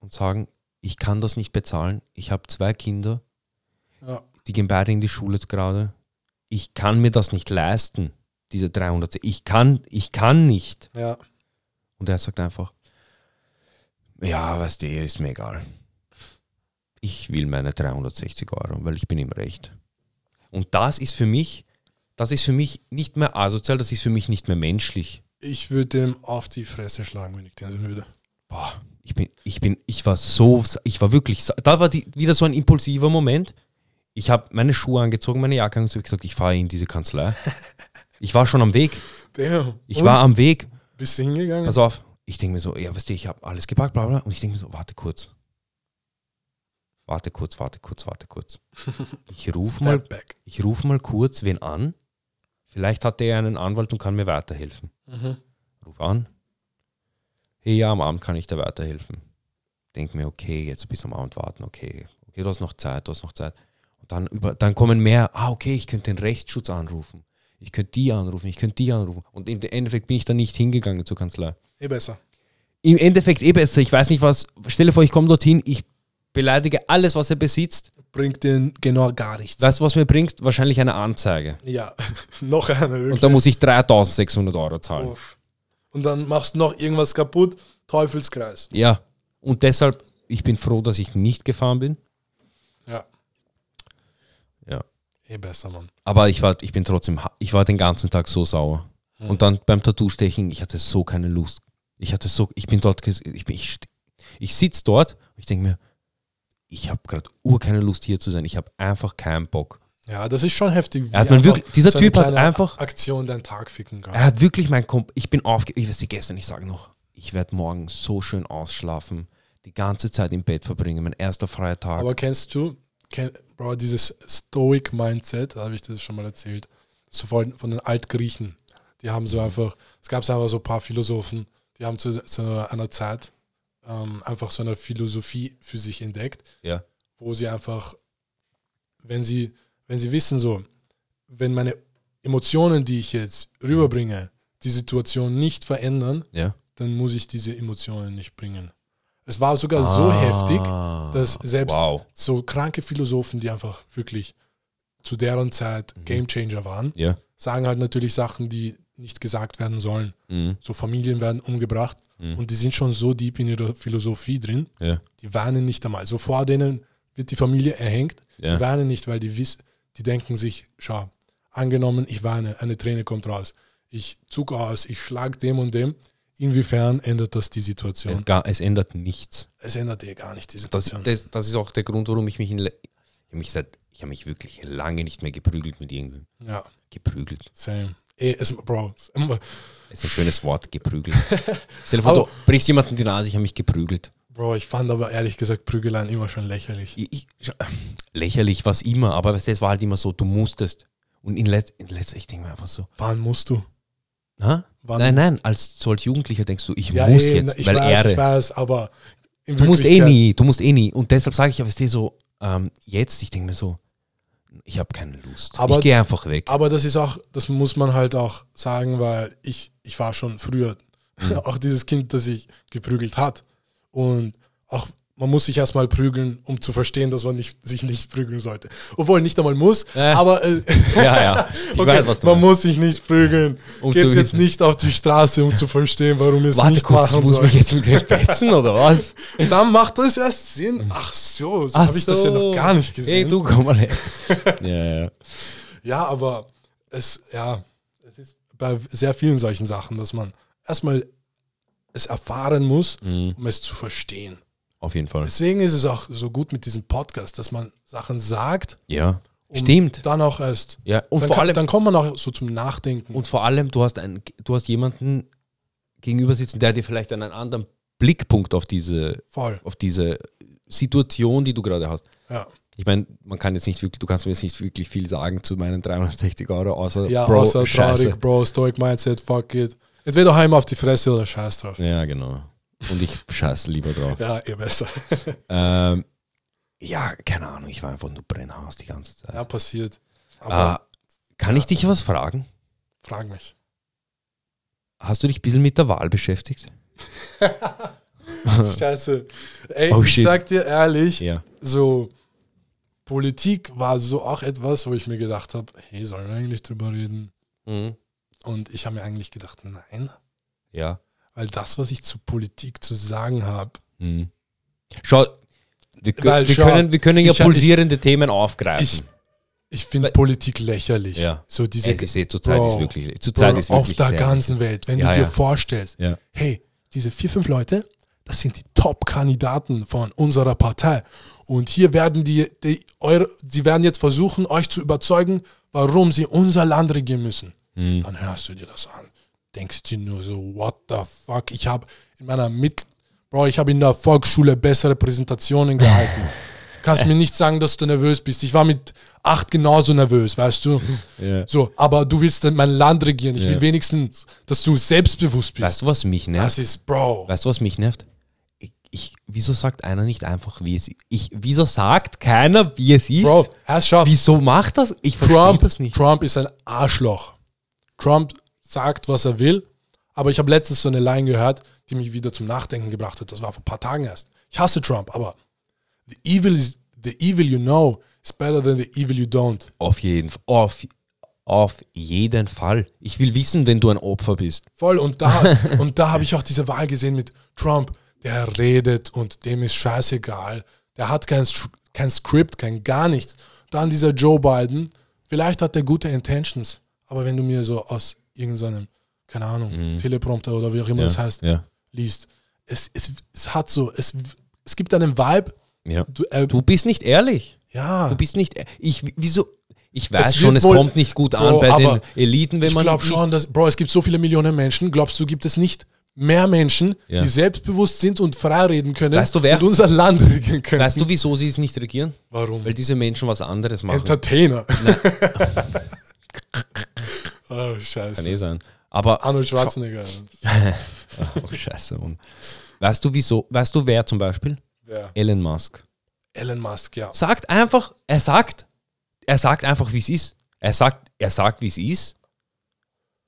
und sagen, ich kann das nicht bezahlen. Ich habe zwei Kinder,
Ja.
die gehen beide in die Schule gerade. Ich kann mir das nicht leisten, diese 300. Ich kann, ich kann nicht.
Ja,
Und er sagt einfach, ja, weißt du, ist mir egal. Ich will meine 360 Euro, weil ich bin im Recht. Und das ist für mich, das ist für mich nicht mehr asozial, das ist für mich nicht mehr menschlich.
ich würde dem auf die Fresse schlagen, wenn ich den sehen würde.
Boah, ich bin, ich bin, ich war so, ich war wirklich, sa- da war die, wieder so ein impulsiver Moment. Ich habe meine Schuhe angezogen, meine Jacke angezogen, ich gesagt, ich fahre in diese Kanzlei. Ich war schon am Weg.
Damn.
Ich war am Weg.
Bist du hingegangen?
Pass auf, ich denke mir so, ja, weißt du, ich habe alles gepackt, bla bla. Und ich denke mir so, warte kurz. Warte kurz, warte kurz, warte kurz. Ich
Step [LAUGHS]
rufe mal,
back.
ich ruf mal kurz wen an. Vielleicht hat der einen Anwalt und kann mir weiterhelfen.
Mhm.
Ruf an. Hey, ja, am Abend kann ich dir weiterhelfen. Denk mir, okay, jetzt bis am Abend warten, okay. Okay, du hast noch Zeit, du hast noch Zeit. Und dann, über, dann kommen mehr, ah, okay, ich könnte den Rechtsschutz anrufen. Ich könnte die anrufen, ich könnte die anrufen. Und im Endeffekt bin ich dann nicht hingegangen zur Kanzlei
Eh besser.
im Endeffekt eh besser. Ich weiß nicht was. Stell dir vor, ich komme dorthin, ich beleidige alles, was er besitzt.
Bringt den genau gar nichts.
Weißt du, was mir bringt? Wahrscheinlich eine Anzeige.
Ja, [LAUGHS] noch eine.
Und da muss ich 3600 Euro zahlen.
Uff. und dann machst du noch irgendwas kaputt. Teufelskreis.
Ja. Und deshalb, ich bin froh, dass ich nicht gefahren bin.
Ja.
Ja.
Eh besser, Mann.
Aber ich war, ich bin trotzdem, ha- ich war den ganzen Tag so sauer. Und dann beim Tattoo-Stechen, ich hatte so keine Lust. Ich hatte so, ich bin dort, ges- ich, bin, ich, st- ich sitze dort und ich denke mir, ich habe gerade ur keine Lust hier zu sein. Ich habe einfach keinen Bock.
Ja, das ist schon heftig. wie
Er hat man
einfach
wirklich, dieser
so eine
Typ hat
kleine
einfach,
Aktion deinen Tag ficken kann.
er hat wirklich mein Komp ich bin aufge, ich weiß die gestern, ich sage noch, ich werde morgen so schön ausschlafen, die ganze Zeit im Bett verbringen, mein erster freier Tag.
Aber kennst du, kenn, Bro, dieses Stoic Mindset, habe ich das schon mal erzählt, so von, von den Altgriechen. Die haben so einfach, es gab einfach so ein paar Philosophen, die haben zu, zu einer Zeit ähm, einfach so eine Philosophie für sich entdeckt,
Ja.
wo sie einfach, wenn sie, wenn sie wissen so, wenn meine Emotionen, die ich jetzt rüberbringe, die Situation nicht verändern,
ja.
dann muss ich diese Emotionen nicht bringen. Es war sogar so
Ah.
heftig, dass selbst
Wow.
so kranke Philosophen, die einfach wirklich zu deren Zeit
Mhm.
Game Changer waren,
Ja.
sagen halt natürlich Sachen, die nicht gesagt werden sollen.
Mhm.
So Familien werden umgebracht
Mhm.
und die sind schon so deep in ihrer Philosophie drin,
Ja.
die warnen nicht einmal. So vor denen wird die Familie erhängt,
Ja.
die warnen nicht, weil die wissen, die denken sich, schau, angenommen, ich warne, eine Träne kommt raus, ich zug aus, ich schlag dem und dem. Inwiefern ändert das die Situation?
Es, gar, es ändert nichts.
Es ändert dir gar nicht die
Das,
Situation.
das, das ist auch der Grund, warum ich mich in. le- Ich habe mich, seit- ich hab mich wirklich lange nicht mehr geprügelt mit irgendwem.
ja,
Geprügelt.
same. Eh, es, Bro, es,
Ist ein schönes Wort,
[LAUGHS]
geprügelt. Stell dir vor,
Aber-
du brichst jemanden die Nase, ich habe mich geprügelt.
Bro, ich fand aber ehrlich gesagt Prügeleien immer schon lächerlich.
Ich, ich, scha- lächerlich was immer, aber weißt du, es war halt immer so, du musstest. Und in, letz, in letzter, ich denke mir einfach so,
Wann musst du?
ha?
Wann?
nein, nein, als, so als Jugendlicher denkst du, ich
Ja,
muss
eh,
jetzt,
ich
weil
weiß,
Ehre.
Ich weiß, aber in
Du musst eh
Wirklichkeit-
nie, du musst eh nie. Und deshalb sage ich aber, weißt du, so, ähm, jetzt, ich denke mir so, ich habe keine Lust.
Aber-
ich gehe einfach weg.
Aber das ist auch, das muss man halt auch sagen, weil ich, ich war schon früher
Mhm.
[LAUGHS] auch dieses Kind, das sich geprügelt hat. Und auch man muss sich erstmal prügeln, um zu verstehen, dass man nicht, sich nicht prügeln sollte. Obwohl nicht einmal muss,
Äh.
aber äh,
Ja,
[LAUGHS]
ja. Ich
okay,
weiß, was du
man
meinst.
muss sich nicht prügeln.
Um zu
Geht's jetzt
wissen.
nicht auf die Straße, um zu verstehen, warum ihr es
Warte
nicht
kurz, ich
machen
muss
sollt.
mich jetzt mit dem fetzen,
[LAUGHS]
oder was?
Dann macht das erst Sinn. Ach so, so
Ach
habe ich das ja
so.
noch gar nicht gesehen.
Hey, du, komm mal
[LAUGHS]
her. ja, ja.
Ja, aber es, ja, es ist bei sehr vielen solchen Sachen, dass man erstmal es erfahren muss,
Mhm,
um es zu verstehen.
auf jeden Fall.
Deswegen ist es auch so gut mit diesem Podcast, dass man Sachen sagt,
Ja.
um
Stimmt.
dann auch erst.
Ja, und
dann,
vor
kann,
allem,
dann kommt man auch so zum Nachdenken.
und vor allem, du hast einen, du hast jemanden gegenüber sitzen, der dir vielleicht einen anderen Blickpunkt auf diese,
Voll.
auf diese Situation, die du gerade hast.
Ja.
Ich meine, man kann jetzt nicht wirklich, du kannst mir jetzt nicht wirklich viel sagen zu meinen 360 Euro, außer
Ja,
Bro,
außer
Scheiße.
traurig, Bro, Stoic Mindset, fuck it. Entweder heim auf die Fresse oder scheiß drauf.
Ja, genau. Und ich scheiße lieber
[LAUGHS]
drauf.
Ja, eh besser.
Ähm, ja, keine Ahnung, ich war einfach nur brennhaas die ganze Zeit.
Ja, passiert. Aber
Ah, kann ich dich was fragen?
frag mich.
Hast du dich ein bisschen mit der Wahl beschäftigt?
[LAUGHS] Scheiße. Ey,
Oh,
ich
shit.
sag dir ehrlich,
Ja.
so Politik war so auch etwas, wo ich mir gedacht habe, hey, sollen wir eigentlich drüber reden?
Mhm.
Und ich habe mir eigentlich gedacht, nein,
Ja.
weil das, was ich zu Politik zu sagen habe,
Mhm. Schau, wir, kö-
Weil,
wir,
schau,
können, wir können ja
ich hab-
pulsierende Themen aufgreifen.
ich, ich finde
Weil-
Politik lächerlich.
Ja.
So diese
es ist eh, zurzeit
Bro,
ist wirklich, zurzeit
Bro,
ist
auf
wirklich
der
sehr-
ganzen Welt, wenn
Ja,
du dir
ja.
vorstellst,
Ja.
hey, diese vier, fünf Leute, das sind die Top-Kandidaten von unserer Partei. Und hier werden die, die eure, sie werden jetzt versuchen, euch zu überzeugen, warum sie unser Land regieren müssen.
Mhm.
Dann hörst du dir das an. Denkst dir nur so, what the fuck? Ich habe in meiner Mit Bro, ich habe in der Volksschule bessere Präsentationen gehalten.
[LAUGHS]
Kannst mir nicht sagen, dass du nervös bist. Ich war mit acht genauso nervös, weißt du?
Ja.
So, aber du willst dann mein Land regieren. Ich
Ja.
will wenigstens, dass du selbstbewusst bist.
Weißt du, was mich nervt?
das ist, Bro.
Weißt du, was mich nervt? Ich, ich, wieso sagt einer nicht einfach, wie es ich, Wieso sagt keiner, wie es ist?
Bro, Herrschaft.
Wieso macht das? Ich verstehe
Trump,
das nicht.
Trump ist ein Arschloch. Trump sagt, was er will, aber ich habe letztens so eine Line gehört, die mich wieder zum Nachdenken gebracht hat. Das war vor ein paar Tagen erst. Ich hasse Trump, aber the evil, is, the evil you know is better than the evil you don't.
Auf jeden Fall. Auf, Auf jeden Fall. Ich will wissen, wenn du ein Opfer bist.
Voll. Und
[LAUGHS]
da, und da habe ich auch diese Wahl gesehen mit Trump, der redet und dem ist scheißegal. Der hat kein, Str- kein Skript, kein gar nichts. Dann dieser Joe Biden, vielleicht hat der gute Intentions, aber wenn du mir so aus irgendeinem, keine Ahnung, Teleprompter oder wie auch immer das heißt,
Mhm. ja.
liest, es, es, es hat so, es, es gibt einen Vibe,
ja.
du, äh,
Du bist nicht ehrlich.
ja,
Du bist nicht. e-, Ich, wieso? Ich weiß
Es
schon,
wird
es
wohl-
kommt nicht gut an
Bro,
bei den
aber
Eliten, wenn
ich
man.
glaube
nicht-
schon, dass, Bro, es gibt so viele Millionen Menschen. Glaubst du, gibt es nicht mehr Menschen,
Ja.
die selbstbewusst sind und frei reden können
Weißt du, wer-
und unser Land [LAUGHS] regieren können?
Weißt du, wieso sie es nicht regieren?
Warum?
Weil diese Menschen was anderes machen.
Entertainer. [LAUGHS] oh,
Kann
scheiße.
eh sein. Aber
Arnold Schwarzenegger.
Oh, scheiße, Mann. Weißt du wieso? Weißt du wer zum Beispiel?
Wer?
Elon Musk.
Elon Musk, ja.
Sagt einfach, er sagt, er sagt einfach, wie es ist. Er sagt, er sagt, wie es ist.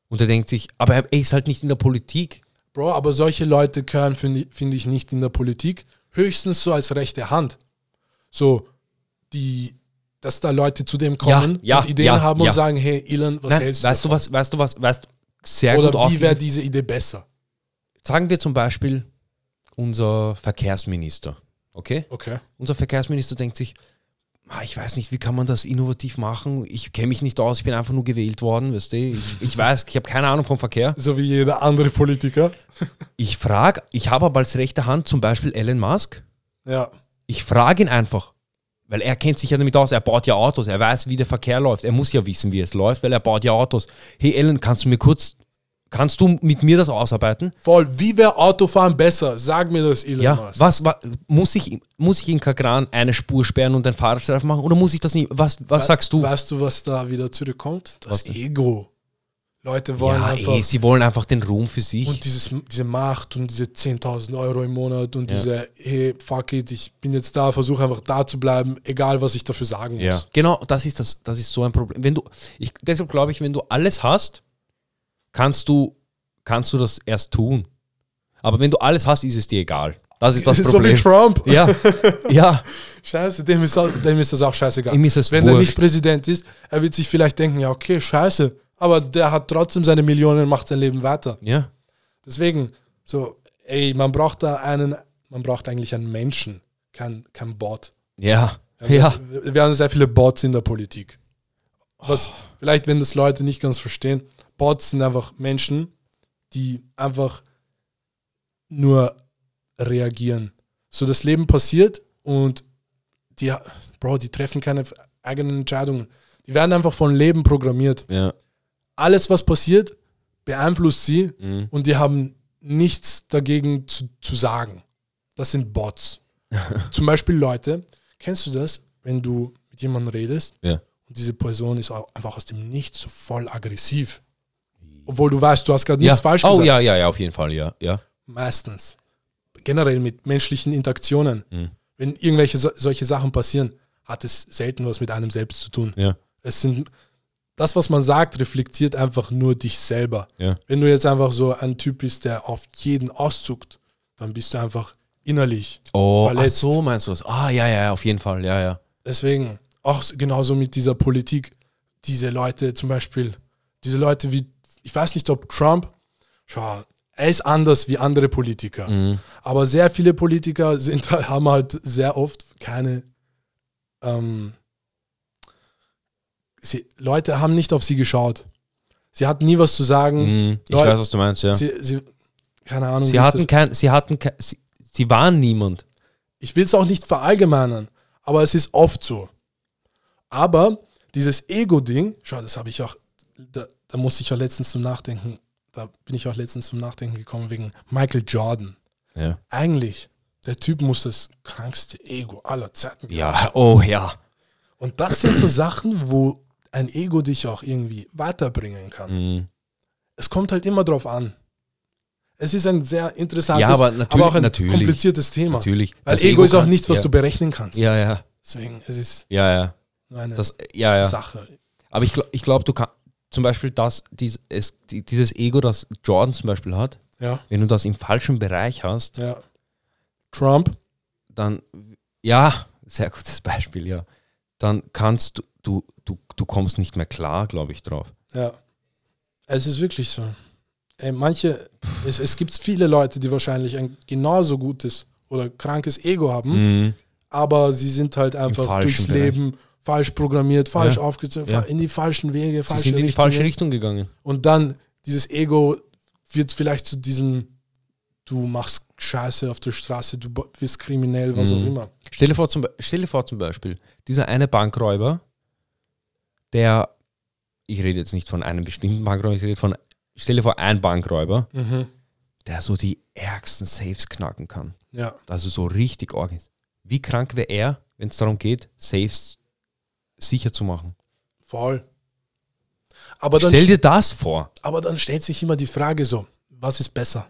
Und er denkt sich, aber er ist halt nicht in der Politik.
Bro, aber solche Leute gehören, finde ich, find ich, nicht in der Politik. Höchstens so als rechte Hand. So, die, dass da Leute zu dem kommen
ja,
und Ideen
ja,
haben
ja.
und sagen, hey, Elon, was
Nein,
hältst
weißt du
davon?
was, weißt du was, weißt du, sehr gut
Oder wie wäre
aufgegriffen.
diese Idee besser?
Sagen wir zum Beispiel unser Verkehrsminister, okay?
Okay.
Unser Verkehrsminister denkt sich, "Ah, ich weiß nicht, wie kann man das innovativ machen? Ich kenne mich nicht aus, ich bin einfach nur gewählt worden, weißt du? Ich, ich weiß, ich habe keine Ahnung vom Verkehr.
So wie jeder andere Politiker.
Ich frage, ich habe aber als rechte Hand zum Beispiel Elon Musk.
Ja.
Ich frage ihn einfach, weil er kennt sich ja damit aus. Er baut ja Autos, er weiß, wie der Verkehr läuft. Er muss ja wissen, wie es läuft, weil er baut ja Autos. Hey Elon, kannst du mir kurz, kannst du mit mir das ausarbeiten?
Voll. Wie wäre Autofahren besser? Sag mir das, Elon
Ja,
Musk.
was, wa- muss ich, muss ich in Kagran eine Spur sperren und einen Fahrradstreifen machen oder muss ich das nicht? Was, was sagst du?
Weißt du, was da wieder zurückkommt? Das
Was denn?
Ego. Leute wollen
Ja, eh,
einfach.
ey, sie wollen einfach den Ruhm für sich.
und dieses, diese Macht und diese 10.000 Euro im Monat und
Ja.
diese, hey, fuck it, ich bin jetzt da, versuche einfach da zu bleiben, egal was ich dafür sagen
Ja.
muss.
Genau, das ist das, das ist so ein Problem. Wenn du, ich, deshalb glaube ich, wenn du alles hast, kannst du, kannst du das erst tun. Aber wenn du alles hast, ist es dir egal. Das ist das
[LAUGHS] so wie
Problem.
Trump.
ja, ja,
[LAUGHS] Scheiße, dem ist, auch, dem ist das auch scheißegal.
Ihm ist es
Wenn er
wurscht.
nicht Präsident ist, er wird sich vielleicht denken, ja, okay, scheiße. Aber der hat trotzdem seine Millionen und macht sein Leben weiter.
ja,
Deswegen, so, ey, man braucht da einen, man braucht eigentlich einen Menschen, kein, kein Bot.
ja,
Wir haben
ja.
Sehr, wir haben sehr viele Bots in der Politik. Was, vielleicht, wenn das Leute nicht ganz verstehen, Bots sind einfach Menschen, die einfach nur reagieren. So, das Leben passiert und die, Bro, die treffen keine eigenen Entscheidungen. Die werden einfach von Leben programmiert
ja.
alles, was passiert, beeinflusst sie
Mhm.
und die haben nichts dagegen zu, zu sagen. Das
[LAUGHS]
sind Bots. Zum Beispiel Leute, kennst du das, wenn du mit jemandem redest
Ja.
und diese Person ist auch einfach aus dem Nichts so voll aggressiv? Obwohl du weißt, du hast gerade nichts falsch
oh,
gesagt.
ja, ja, ja, auf jeden Fall, ja, ja.
Meistens. Generell mit menschlichen Interaktionen.
Mhm.
Wenn irgendwelche so, solche Sachen passieren, hat es selten was mit einem selbst zu tun.
Ja,
Es sind das, was man sagt, reflektiert einfach nur dich selber.
ja.
Wenn du jetzt einfach so ein Typ bist, der auf jeden auszuckt, dann bist du einfach innerlich.
Oh, ach
Verletzt.
so meinst du das? Ah, ja, ja, ja, auf jeden Fall, ja, ja.
Deswegen, auch s- genauso mit dieser Politik, diese Leute zum Beispiel, diese Leute wie, ich weiß nicht, ob Trump, schau, er ist anders wie andere Politiker.
Mhm.
Aber sehr viele Politiker sind, [LAUGHS] halt- haben halt sehr oft keine, ähm, sie, Leute haben nicht auf sie geschaut. Sie hatten nie was zu sagen.
Mhm. Ich
Leute-
weiß, was du meinst, ja. Sie,
Sie, sie, keine Ahnung. wie
sie
ich
hatten
das-
kein, sie hatten kein, sie, sie waren niemand.
ich will es auch nicht verallgemeinern, aber es ist oft so. Aber dieses Ego-Ding, schau, das habe ich auch, da, da musste ich auch letztens zum Nachdenken, da bin ich auch letztens zum Nachdenken gekommen wegen Michael Jordan.
Ja.
Eigentlich, der Typ muss das krankste Ego aller Zeiten. haben.
Ja, oh ja.
Und das sind so Sachen, wo ein Ego dich auch irgendwie weiterbringen kann.
Mhm.
Es kommt halt immer drauf an. Es ist ein sehr interessantes,
Ja, aber natürlich-
auch ein
natürlich.
kompliziertes Thema.
Natürlich.
Weil
Das
Ego,
Ego
ist auch
kann-
nichts, was
ja.
du berechnen kannst.
Ja, ja,
Deswegen, es ist
ja, ja.
nur eine
Das, ja, ja.
Sache.
Aber ich, gl- ich glaube, du kannst zum Beispiel das, dies, es, die, dieses Ego, das Jordan zum Beispiel hat,
Ja.
wenn du das im falschen Bereich hast,
ja. Trump,
dann, ja, sehr gutes Beispiel, ja. dann kannst du, du, du, du kommst nicht mehr klar, glaube ich, drauf.
Ja. Es ist wirklich so. Ey, manche, es, es gibt viele Leute, die wahrscheinlich ein genauso gutes oder krankes Ego haben,
Mhm.
aber sie sind halt einfach
falschen
durchs
Bereich.
Leben falsch programmiert, falsch
Ja.
aufgezogen,
Ja.
in die falschen Wege,
Sie
falsche
sind in die
Richtungen.
falsche Richtung gegangen.
Und dann dieses Ego wird vielleicht zu diesem, du machst Scheiße auf der Straße, du bo- wirst kriminell, was
Mhm.
auch immer.
Stell dir, vor, zum, Be- stell dir vor zum Beispiel, dieser eine Bankräuber, der, ich rede jetzt nicht von einem bestimmten Bankräuber, ich rede von, stell dir vor, ein Bankräuber, der so die ärgsten Safes knacken kann.
Ja,
Also so richtig arg ist. Wie krank wäre er, wenn es darum geht, Safes sicher zu machen?
voll. Aber dann,
Stell dir das vor.
aber dann stellt sich immer die Frage so, was ist besser?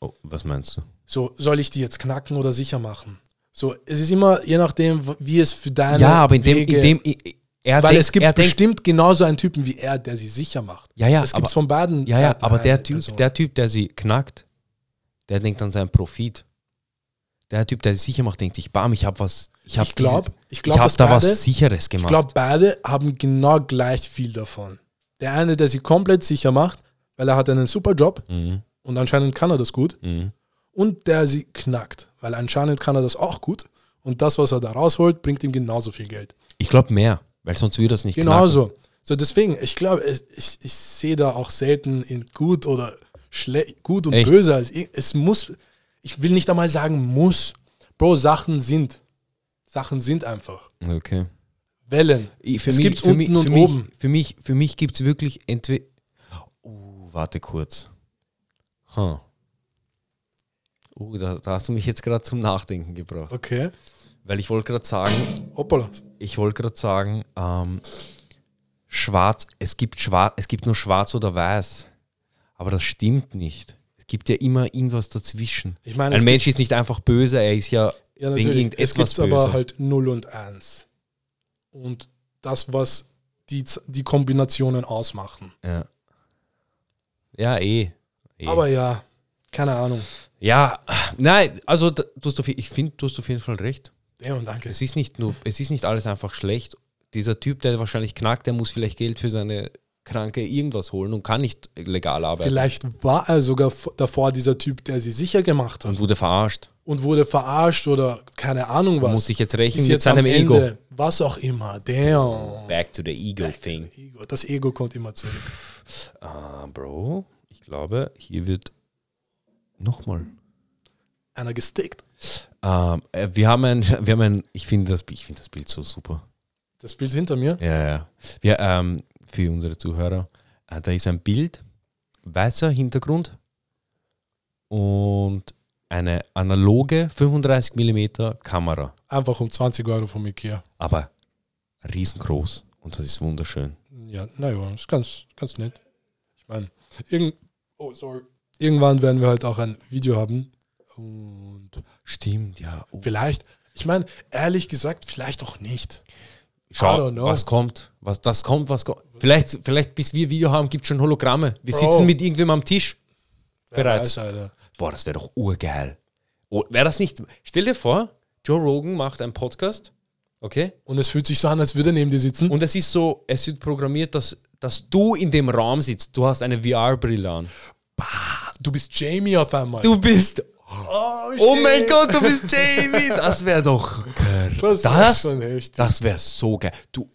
Oh, was meinst du?
So, soll ich die jetzt knacken oder sicher machen? So, es ist immer, je nachdem, w- wie es für deine
ja, aber in dem,
Wege,
in dem, i- i- er
weil
denkt-
es gibt
er denkt,
bestimmt genauso einen Typen wie er, der sie sicher macht.
ja, ja,
das gibt
aber,
es von beiden
ja, ja,
Seiten
aber der
eine
Typ,
Person.
der Typ, der sie knackt, der denkt an seinen Profit. Der Typ, der sie sicher macht, denkt sich, bam, ich habe was, ich habe
ich glaube, ich
ich
glaube,
hab
dass
da
beide,
was Sicheres
ich
gemacht.
glaube, beide haben genau gleich viel davon. Der eine, der sie komplett sicher macht, weil er hat einen super Job
mhm,
und anscheinend kann er das gut.
mhm.
Und der sie knackt, weil anscheinend kann er das auch gut. Und das, was er da rausholt, bringt ihm genauso viel Geld.
Ich glaube mehr, weil sonst würde das nicht knacken.
Genauso. So, deswegen, ich glaube, es- ich, ich sehe da auch selten in gut oder schlecht, gut und
Echt?
böse. als ir- es muss, ich will nicht einmal sagen, muss. Bro, Sachen sind. Sachen sind einfach.
Okay.
Wellen.
Ich- Für
es
mich-
gibt
für
unten
mich-
und
für mich,
oben.
Für mich, für mich gibt es wirklich entweder. Oh, warte kurz. Huh. Oh, da, da hast du mich jetzt gerade zum Nachdenken gebracht.
Okay.
Weil ich wollte gerade sagen,
Hoppala.
ich wollte gerade sagen, ähm, schwarz, es gibt schwarz, es gibt nur schwarz oder weiß. Aber das stimmt nicht. Es gibt ja immer irgendwas dazwischen.
Ich meine,
Ein
es
Mensch ist nicht einfach böse, er ist ja.
gibt, ja,
wegen
natürlich, es
irgendetwas
gibt aber
böse.
halt 0 und 1. Und das, was die, Z- die Kombinationen ausmachen.
Ja, ja eh. eh.
Aber ja, keine Ahnung.
Ja, nein, also da- du hast auf, ich finde, du hast auf jeden Fall recht.
Damn, danke.
Es ist nicht nur, es ist nicht alles einfach schlecht. Dieser Typ, der wahrscheinlich knackt, der muss vielleicht Geld für seine Kranke irgendwas holen und kann nicht legal arbeiten
Vielleicht war er sogar v- davor dieser Typ, der sie sicher gemacht hat
und wurde verarscht.
und wurde verarscht oder keine Ahnung was.
Muss sich jetzt rächen
Ist
mit seinem
am
Ego.
Ende, Was auch immer. Damn.
Back to the ego thing.
Ego. Das Ego kommt immer zurück.
Ah, Bro, ich glaube, hier wird nochmal.
Einer gestickt.
Ähm, äh, wir haben ein, [LAUGHS] wir haben ein, ich finde das, ich finde das Bild so super.
Das Bild hinter mir.
Ja, ja. Wir, ähm, für unsere Zuhörer, äh, da ist ein Bild, weißer Hintergrund und eine analoge 35 mm Kamera,
Einfach um 20 Euro vom Ikea.
aber riesengroß und das ist wunderschön.
Ja, naja, ist ganz, ganz nett. Ich meine, irgend oh, sorry. irgendwann werden wir halt auch ein Video haben. Und
Stimmt, ja. Oh,
vielleicht, ich meine, ehrlich gesagt, vielleicht auch nicht. I
Schau,
don't know.
was kommt, was das kommt, was kommt. Vielleicht, vielleicht bis wir Video haben, gibt es schon Hologramme. Wir
Bro.
sitzen mit irgendwem am Tisch.
Wer
Bereits.
weiß, Alter.
Boah, das wäre doch urgeil. Oh, wäre das nicht. Stell dir vor, Joe Rogan macht einen Podcast, okay?
Und es fühlt sich so an, als würde er neben dir sitzen.
Und es ist so, es wird programmiert, dass, dass du in dem Raum sitzt. Du hast eine VR-Brille an.
Du bist Jamie auf einmal.
Du bist.
oh,
Oh
shit.
mein Gott, du bist Jamie. Das wäre doch.
Das,
Das-
ist schon echt.
Das wäre so geil. Du.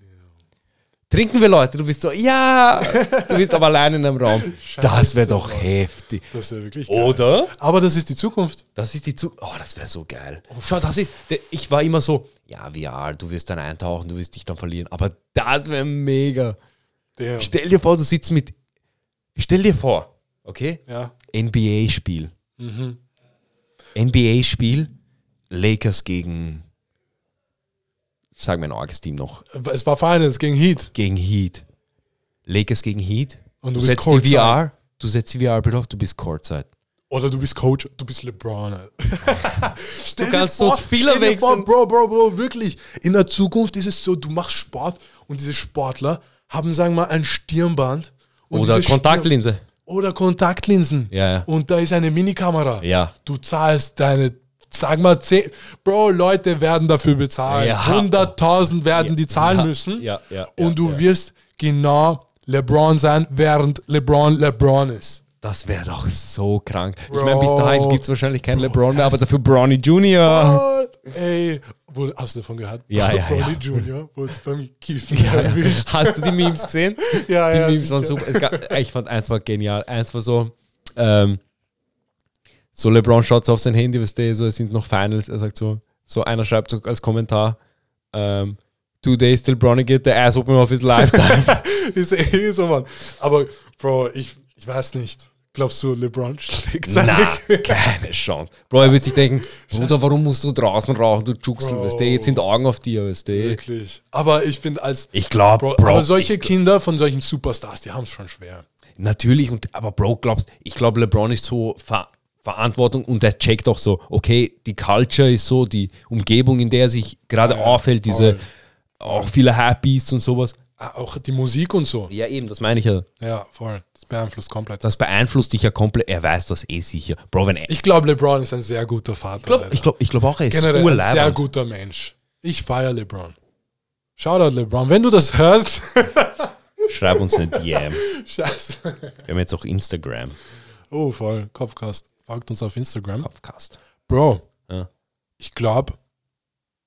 Trinken wir Leute, du bist so, ja, du bist aber allein in einem Raum. Das wäre
Scheiße,
doch
Mann.
heftig.
Das wäre
Oh.
wirklich geil.
Oder?
Aber das ist die Zukunft.
Das ist die Zu. Oh, das wäre so geil. Schau, das ist. de- Ich war immer so, ja, VR, du wirst dann eintauchen, du wirst dich dann verlieren. Aber das wäre mega.
Der,
Stell dir vor, du sitzt mit. Stell dir vor, okay?
ja.
NBA-Spiel. Mhm. NBA-Spiel, Lakers gegen, sag mir ein arges Team noch,
Es war Finals gegen Heat.
gegen Heat. Lakers gegen Heat.
Und du bist
die
courtside.
VR, du setzt die VR-Bild auf, du bist Courtside.
Oder du bist Coach, du bist LeBron.
[LAUGHS]
Alter. Stell dir
kannst so Spieler
stell dir
wechseln.
Vor, bro, bro, bro, wirklich. In der Zukunft ist es so, du machst Sport und diese Sportler haben, sagen wir mal, ein Stirnband. Und
Oder
diese
Kontaktlinse.
Stirn- oder Kontaktlinsen.
Ja, ja.
Und da ist eine Minikamera.
Ja.
Du zahlst deine sag mal, 10, Bro, Leute werden dafür bezahlen.
Ja.
100.000 werden die zahlen
Ja.
müssen.
Ja, ja,
und
ja,
du
ja.
wirst genau LeBron sein, während LeBron LeBron ist.
Das wäre doch so krank. Ich
Bro.
meine, bis dahin gibt es wahrscheinlich keinen LeBron mehr, aber dafür Bronny Jr.
Oh, ey, wo, hast du davon gehört?
Ah. Ja, ja,
Brody
ja.
Junior wurde beim Kiefen
Ja, ja.
erwischt.
[LAUGHS] Hast du die Memes gesehen?
Ja,
die
ja,
Memes waren
sicher.
super. Es gab, ich fand eins war genial. Eins war so, ähm, so LeBron schaut so auf sein Handy, was der so, es sind noch Finals. Er sagt so, so einer schreibt so als Kommentar, ähm, Two days till Bronny get the ass open of his
[LAUGHS]
lifetime.
[LAUGHS] ist eh so, Mann. Aber, Bro, ich, ich weiß nicht. Glaubst du, LeBron schlägt seine
keine Chance. Bro, er wird sich denken, Bruder, warum musst du draußen rauchen, du Juxel,
Bro.
weißt du, jetzt sind Augen auf dir, weißt du.
Wirklich. Aber ich finde, als.
Ich glaube,
Bro,
Bro,
aber solche
ich,
Kinder von solchen Superstars, die haben es schon schwer.
Natürlich, und, aber Bro, glaubst ich glaube, LeBron ist so ver Verantwortung und der checkt auch so, okay, die Culture ist so, die Umgebung, in der er sich gerade
ja,
aufhält, diese
voll.
auch viele Hypebeasts und sowas.
Ah, Auch die Musik und so.
Ja, eben, das meine ich ja.
Ja, voll. Das beeinflusst komplett.
Das beeinflusst dich ja komplett. Er weiß das eh sicher. Bro, wenn er. Ich
Ich glaube, LeBron ist ein sehr guter Vater.
glaube
Alter.
ich glaub, ich glaub auch, er ist
Generell ein sehr
urleibend.
guter Mensch. Ich feiere LeBron. Shoutout LeBron. Wenn du das hörst. [LAUGHS]
Schreib uns eine DM.
Scheiße.
Wir haben jetzt auch Instagram.
Oh, voll. Kopfkast. Folgt uns auf Instagram.
Kopfcast.
Bro.
Ja.
Ich glaube,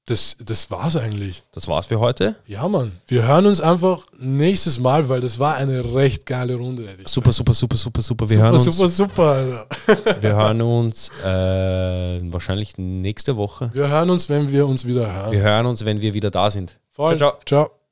das, das war's eigentlich.
Das war's für heute.
Ja, Mann. Wir hören uns einfach nächstes Mal, weil das war eine recht geile Runde. Ehrlich.
Super, super, super, super, super. Wir
super,
hören uns,
super, super, Alter.
Wir hören uns äh, wahrscheinlich nächste Woche.
Wir hören uns, wenn wir uns wieder hören.
Wir hören uns, wenn wir wieder da sind.
Voll.
Ciao, ciao.
ciao.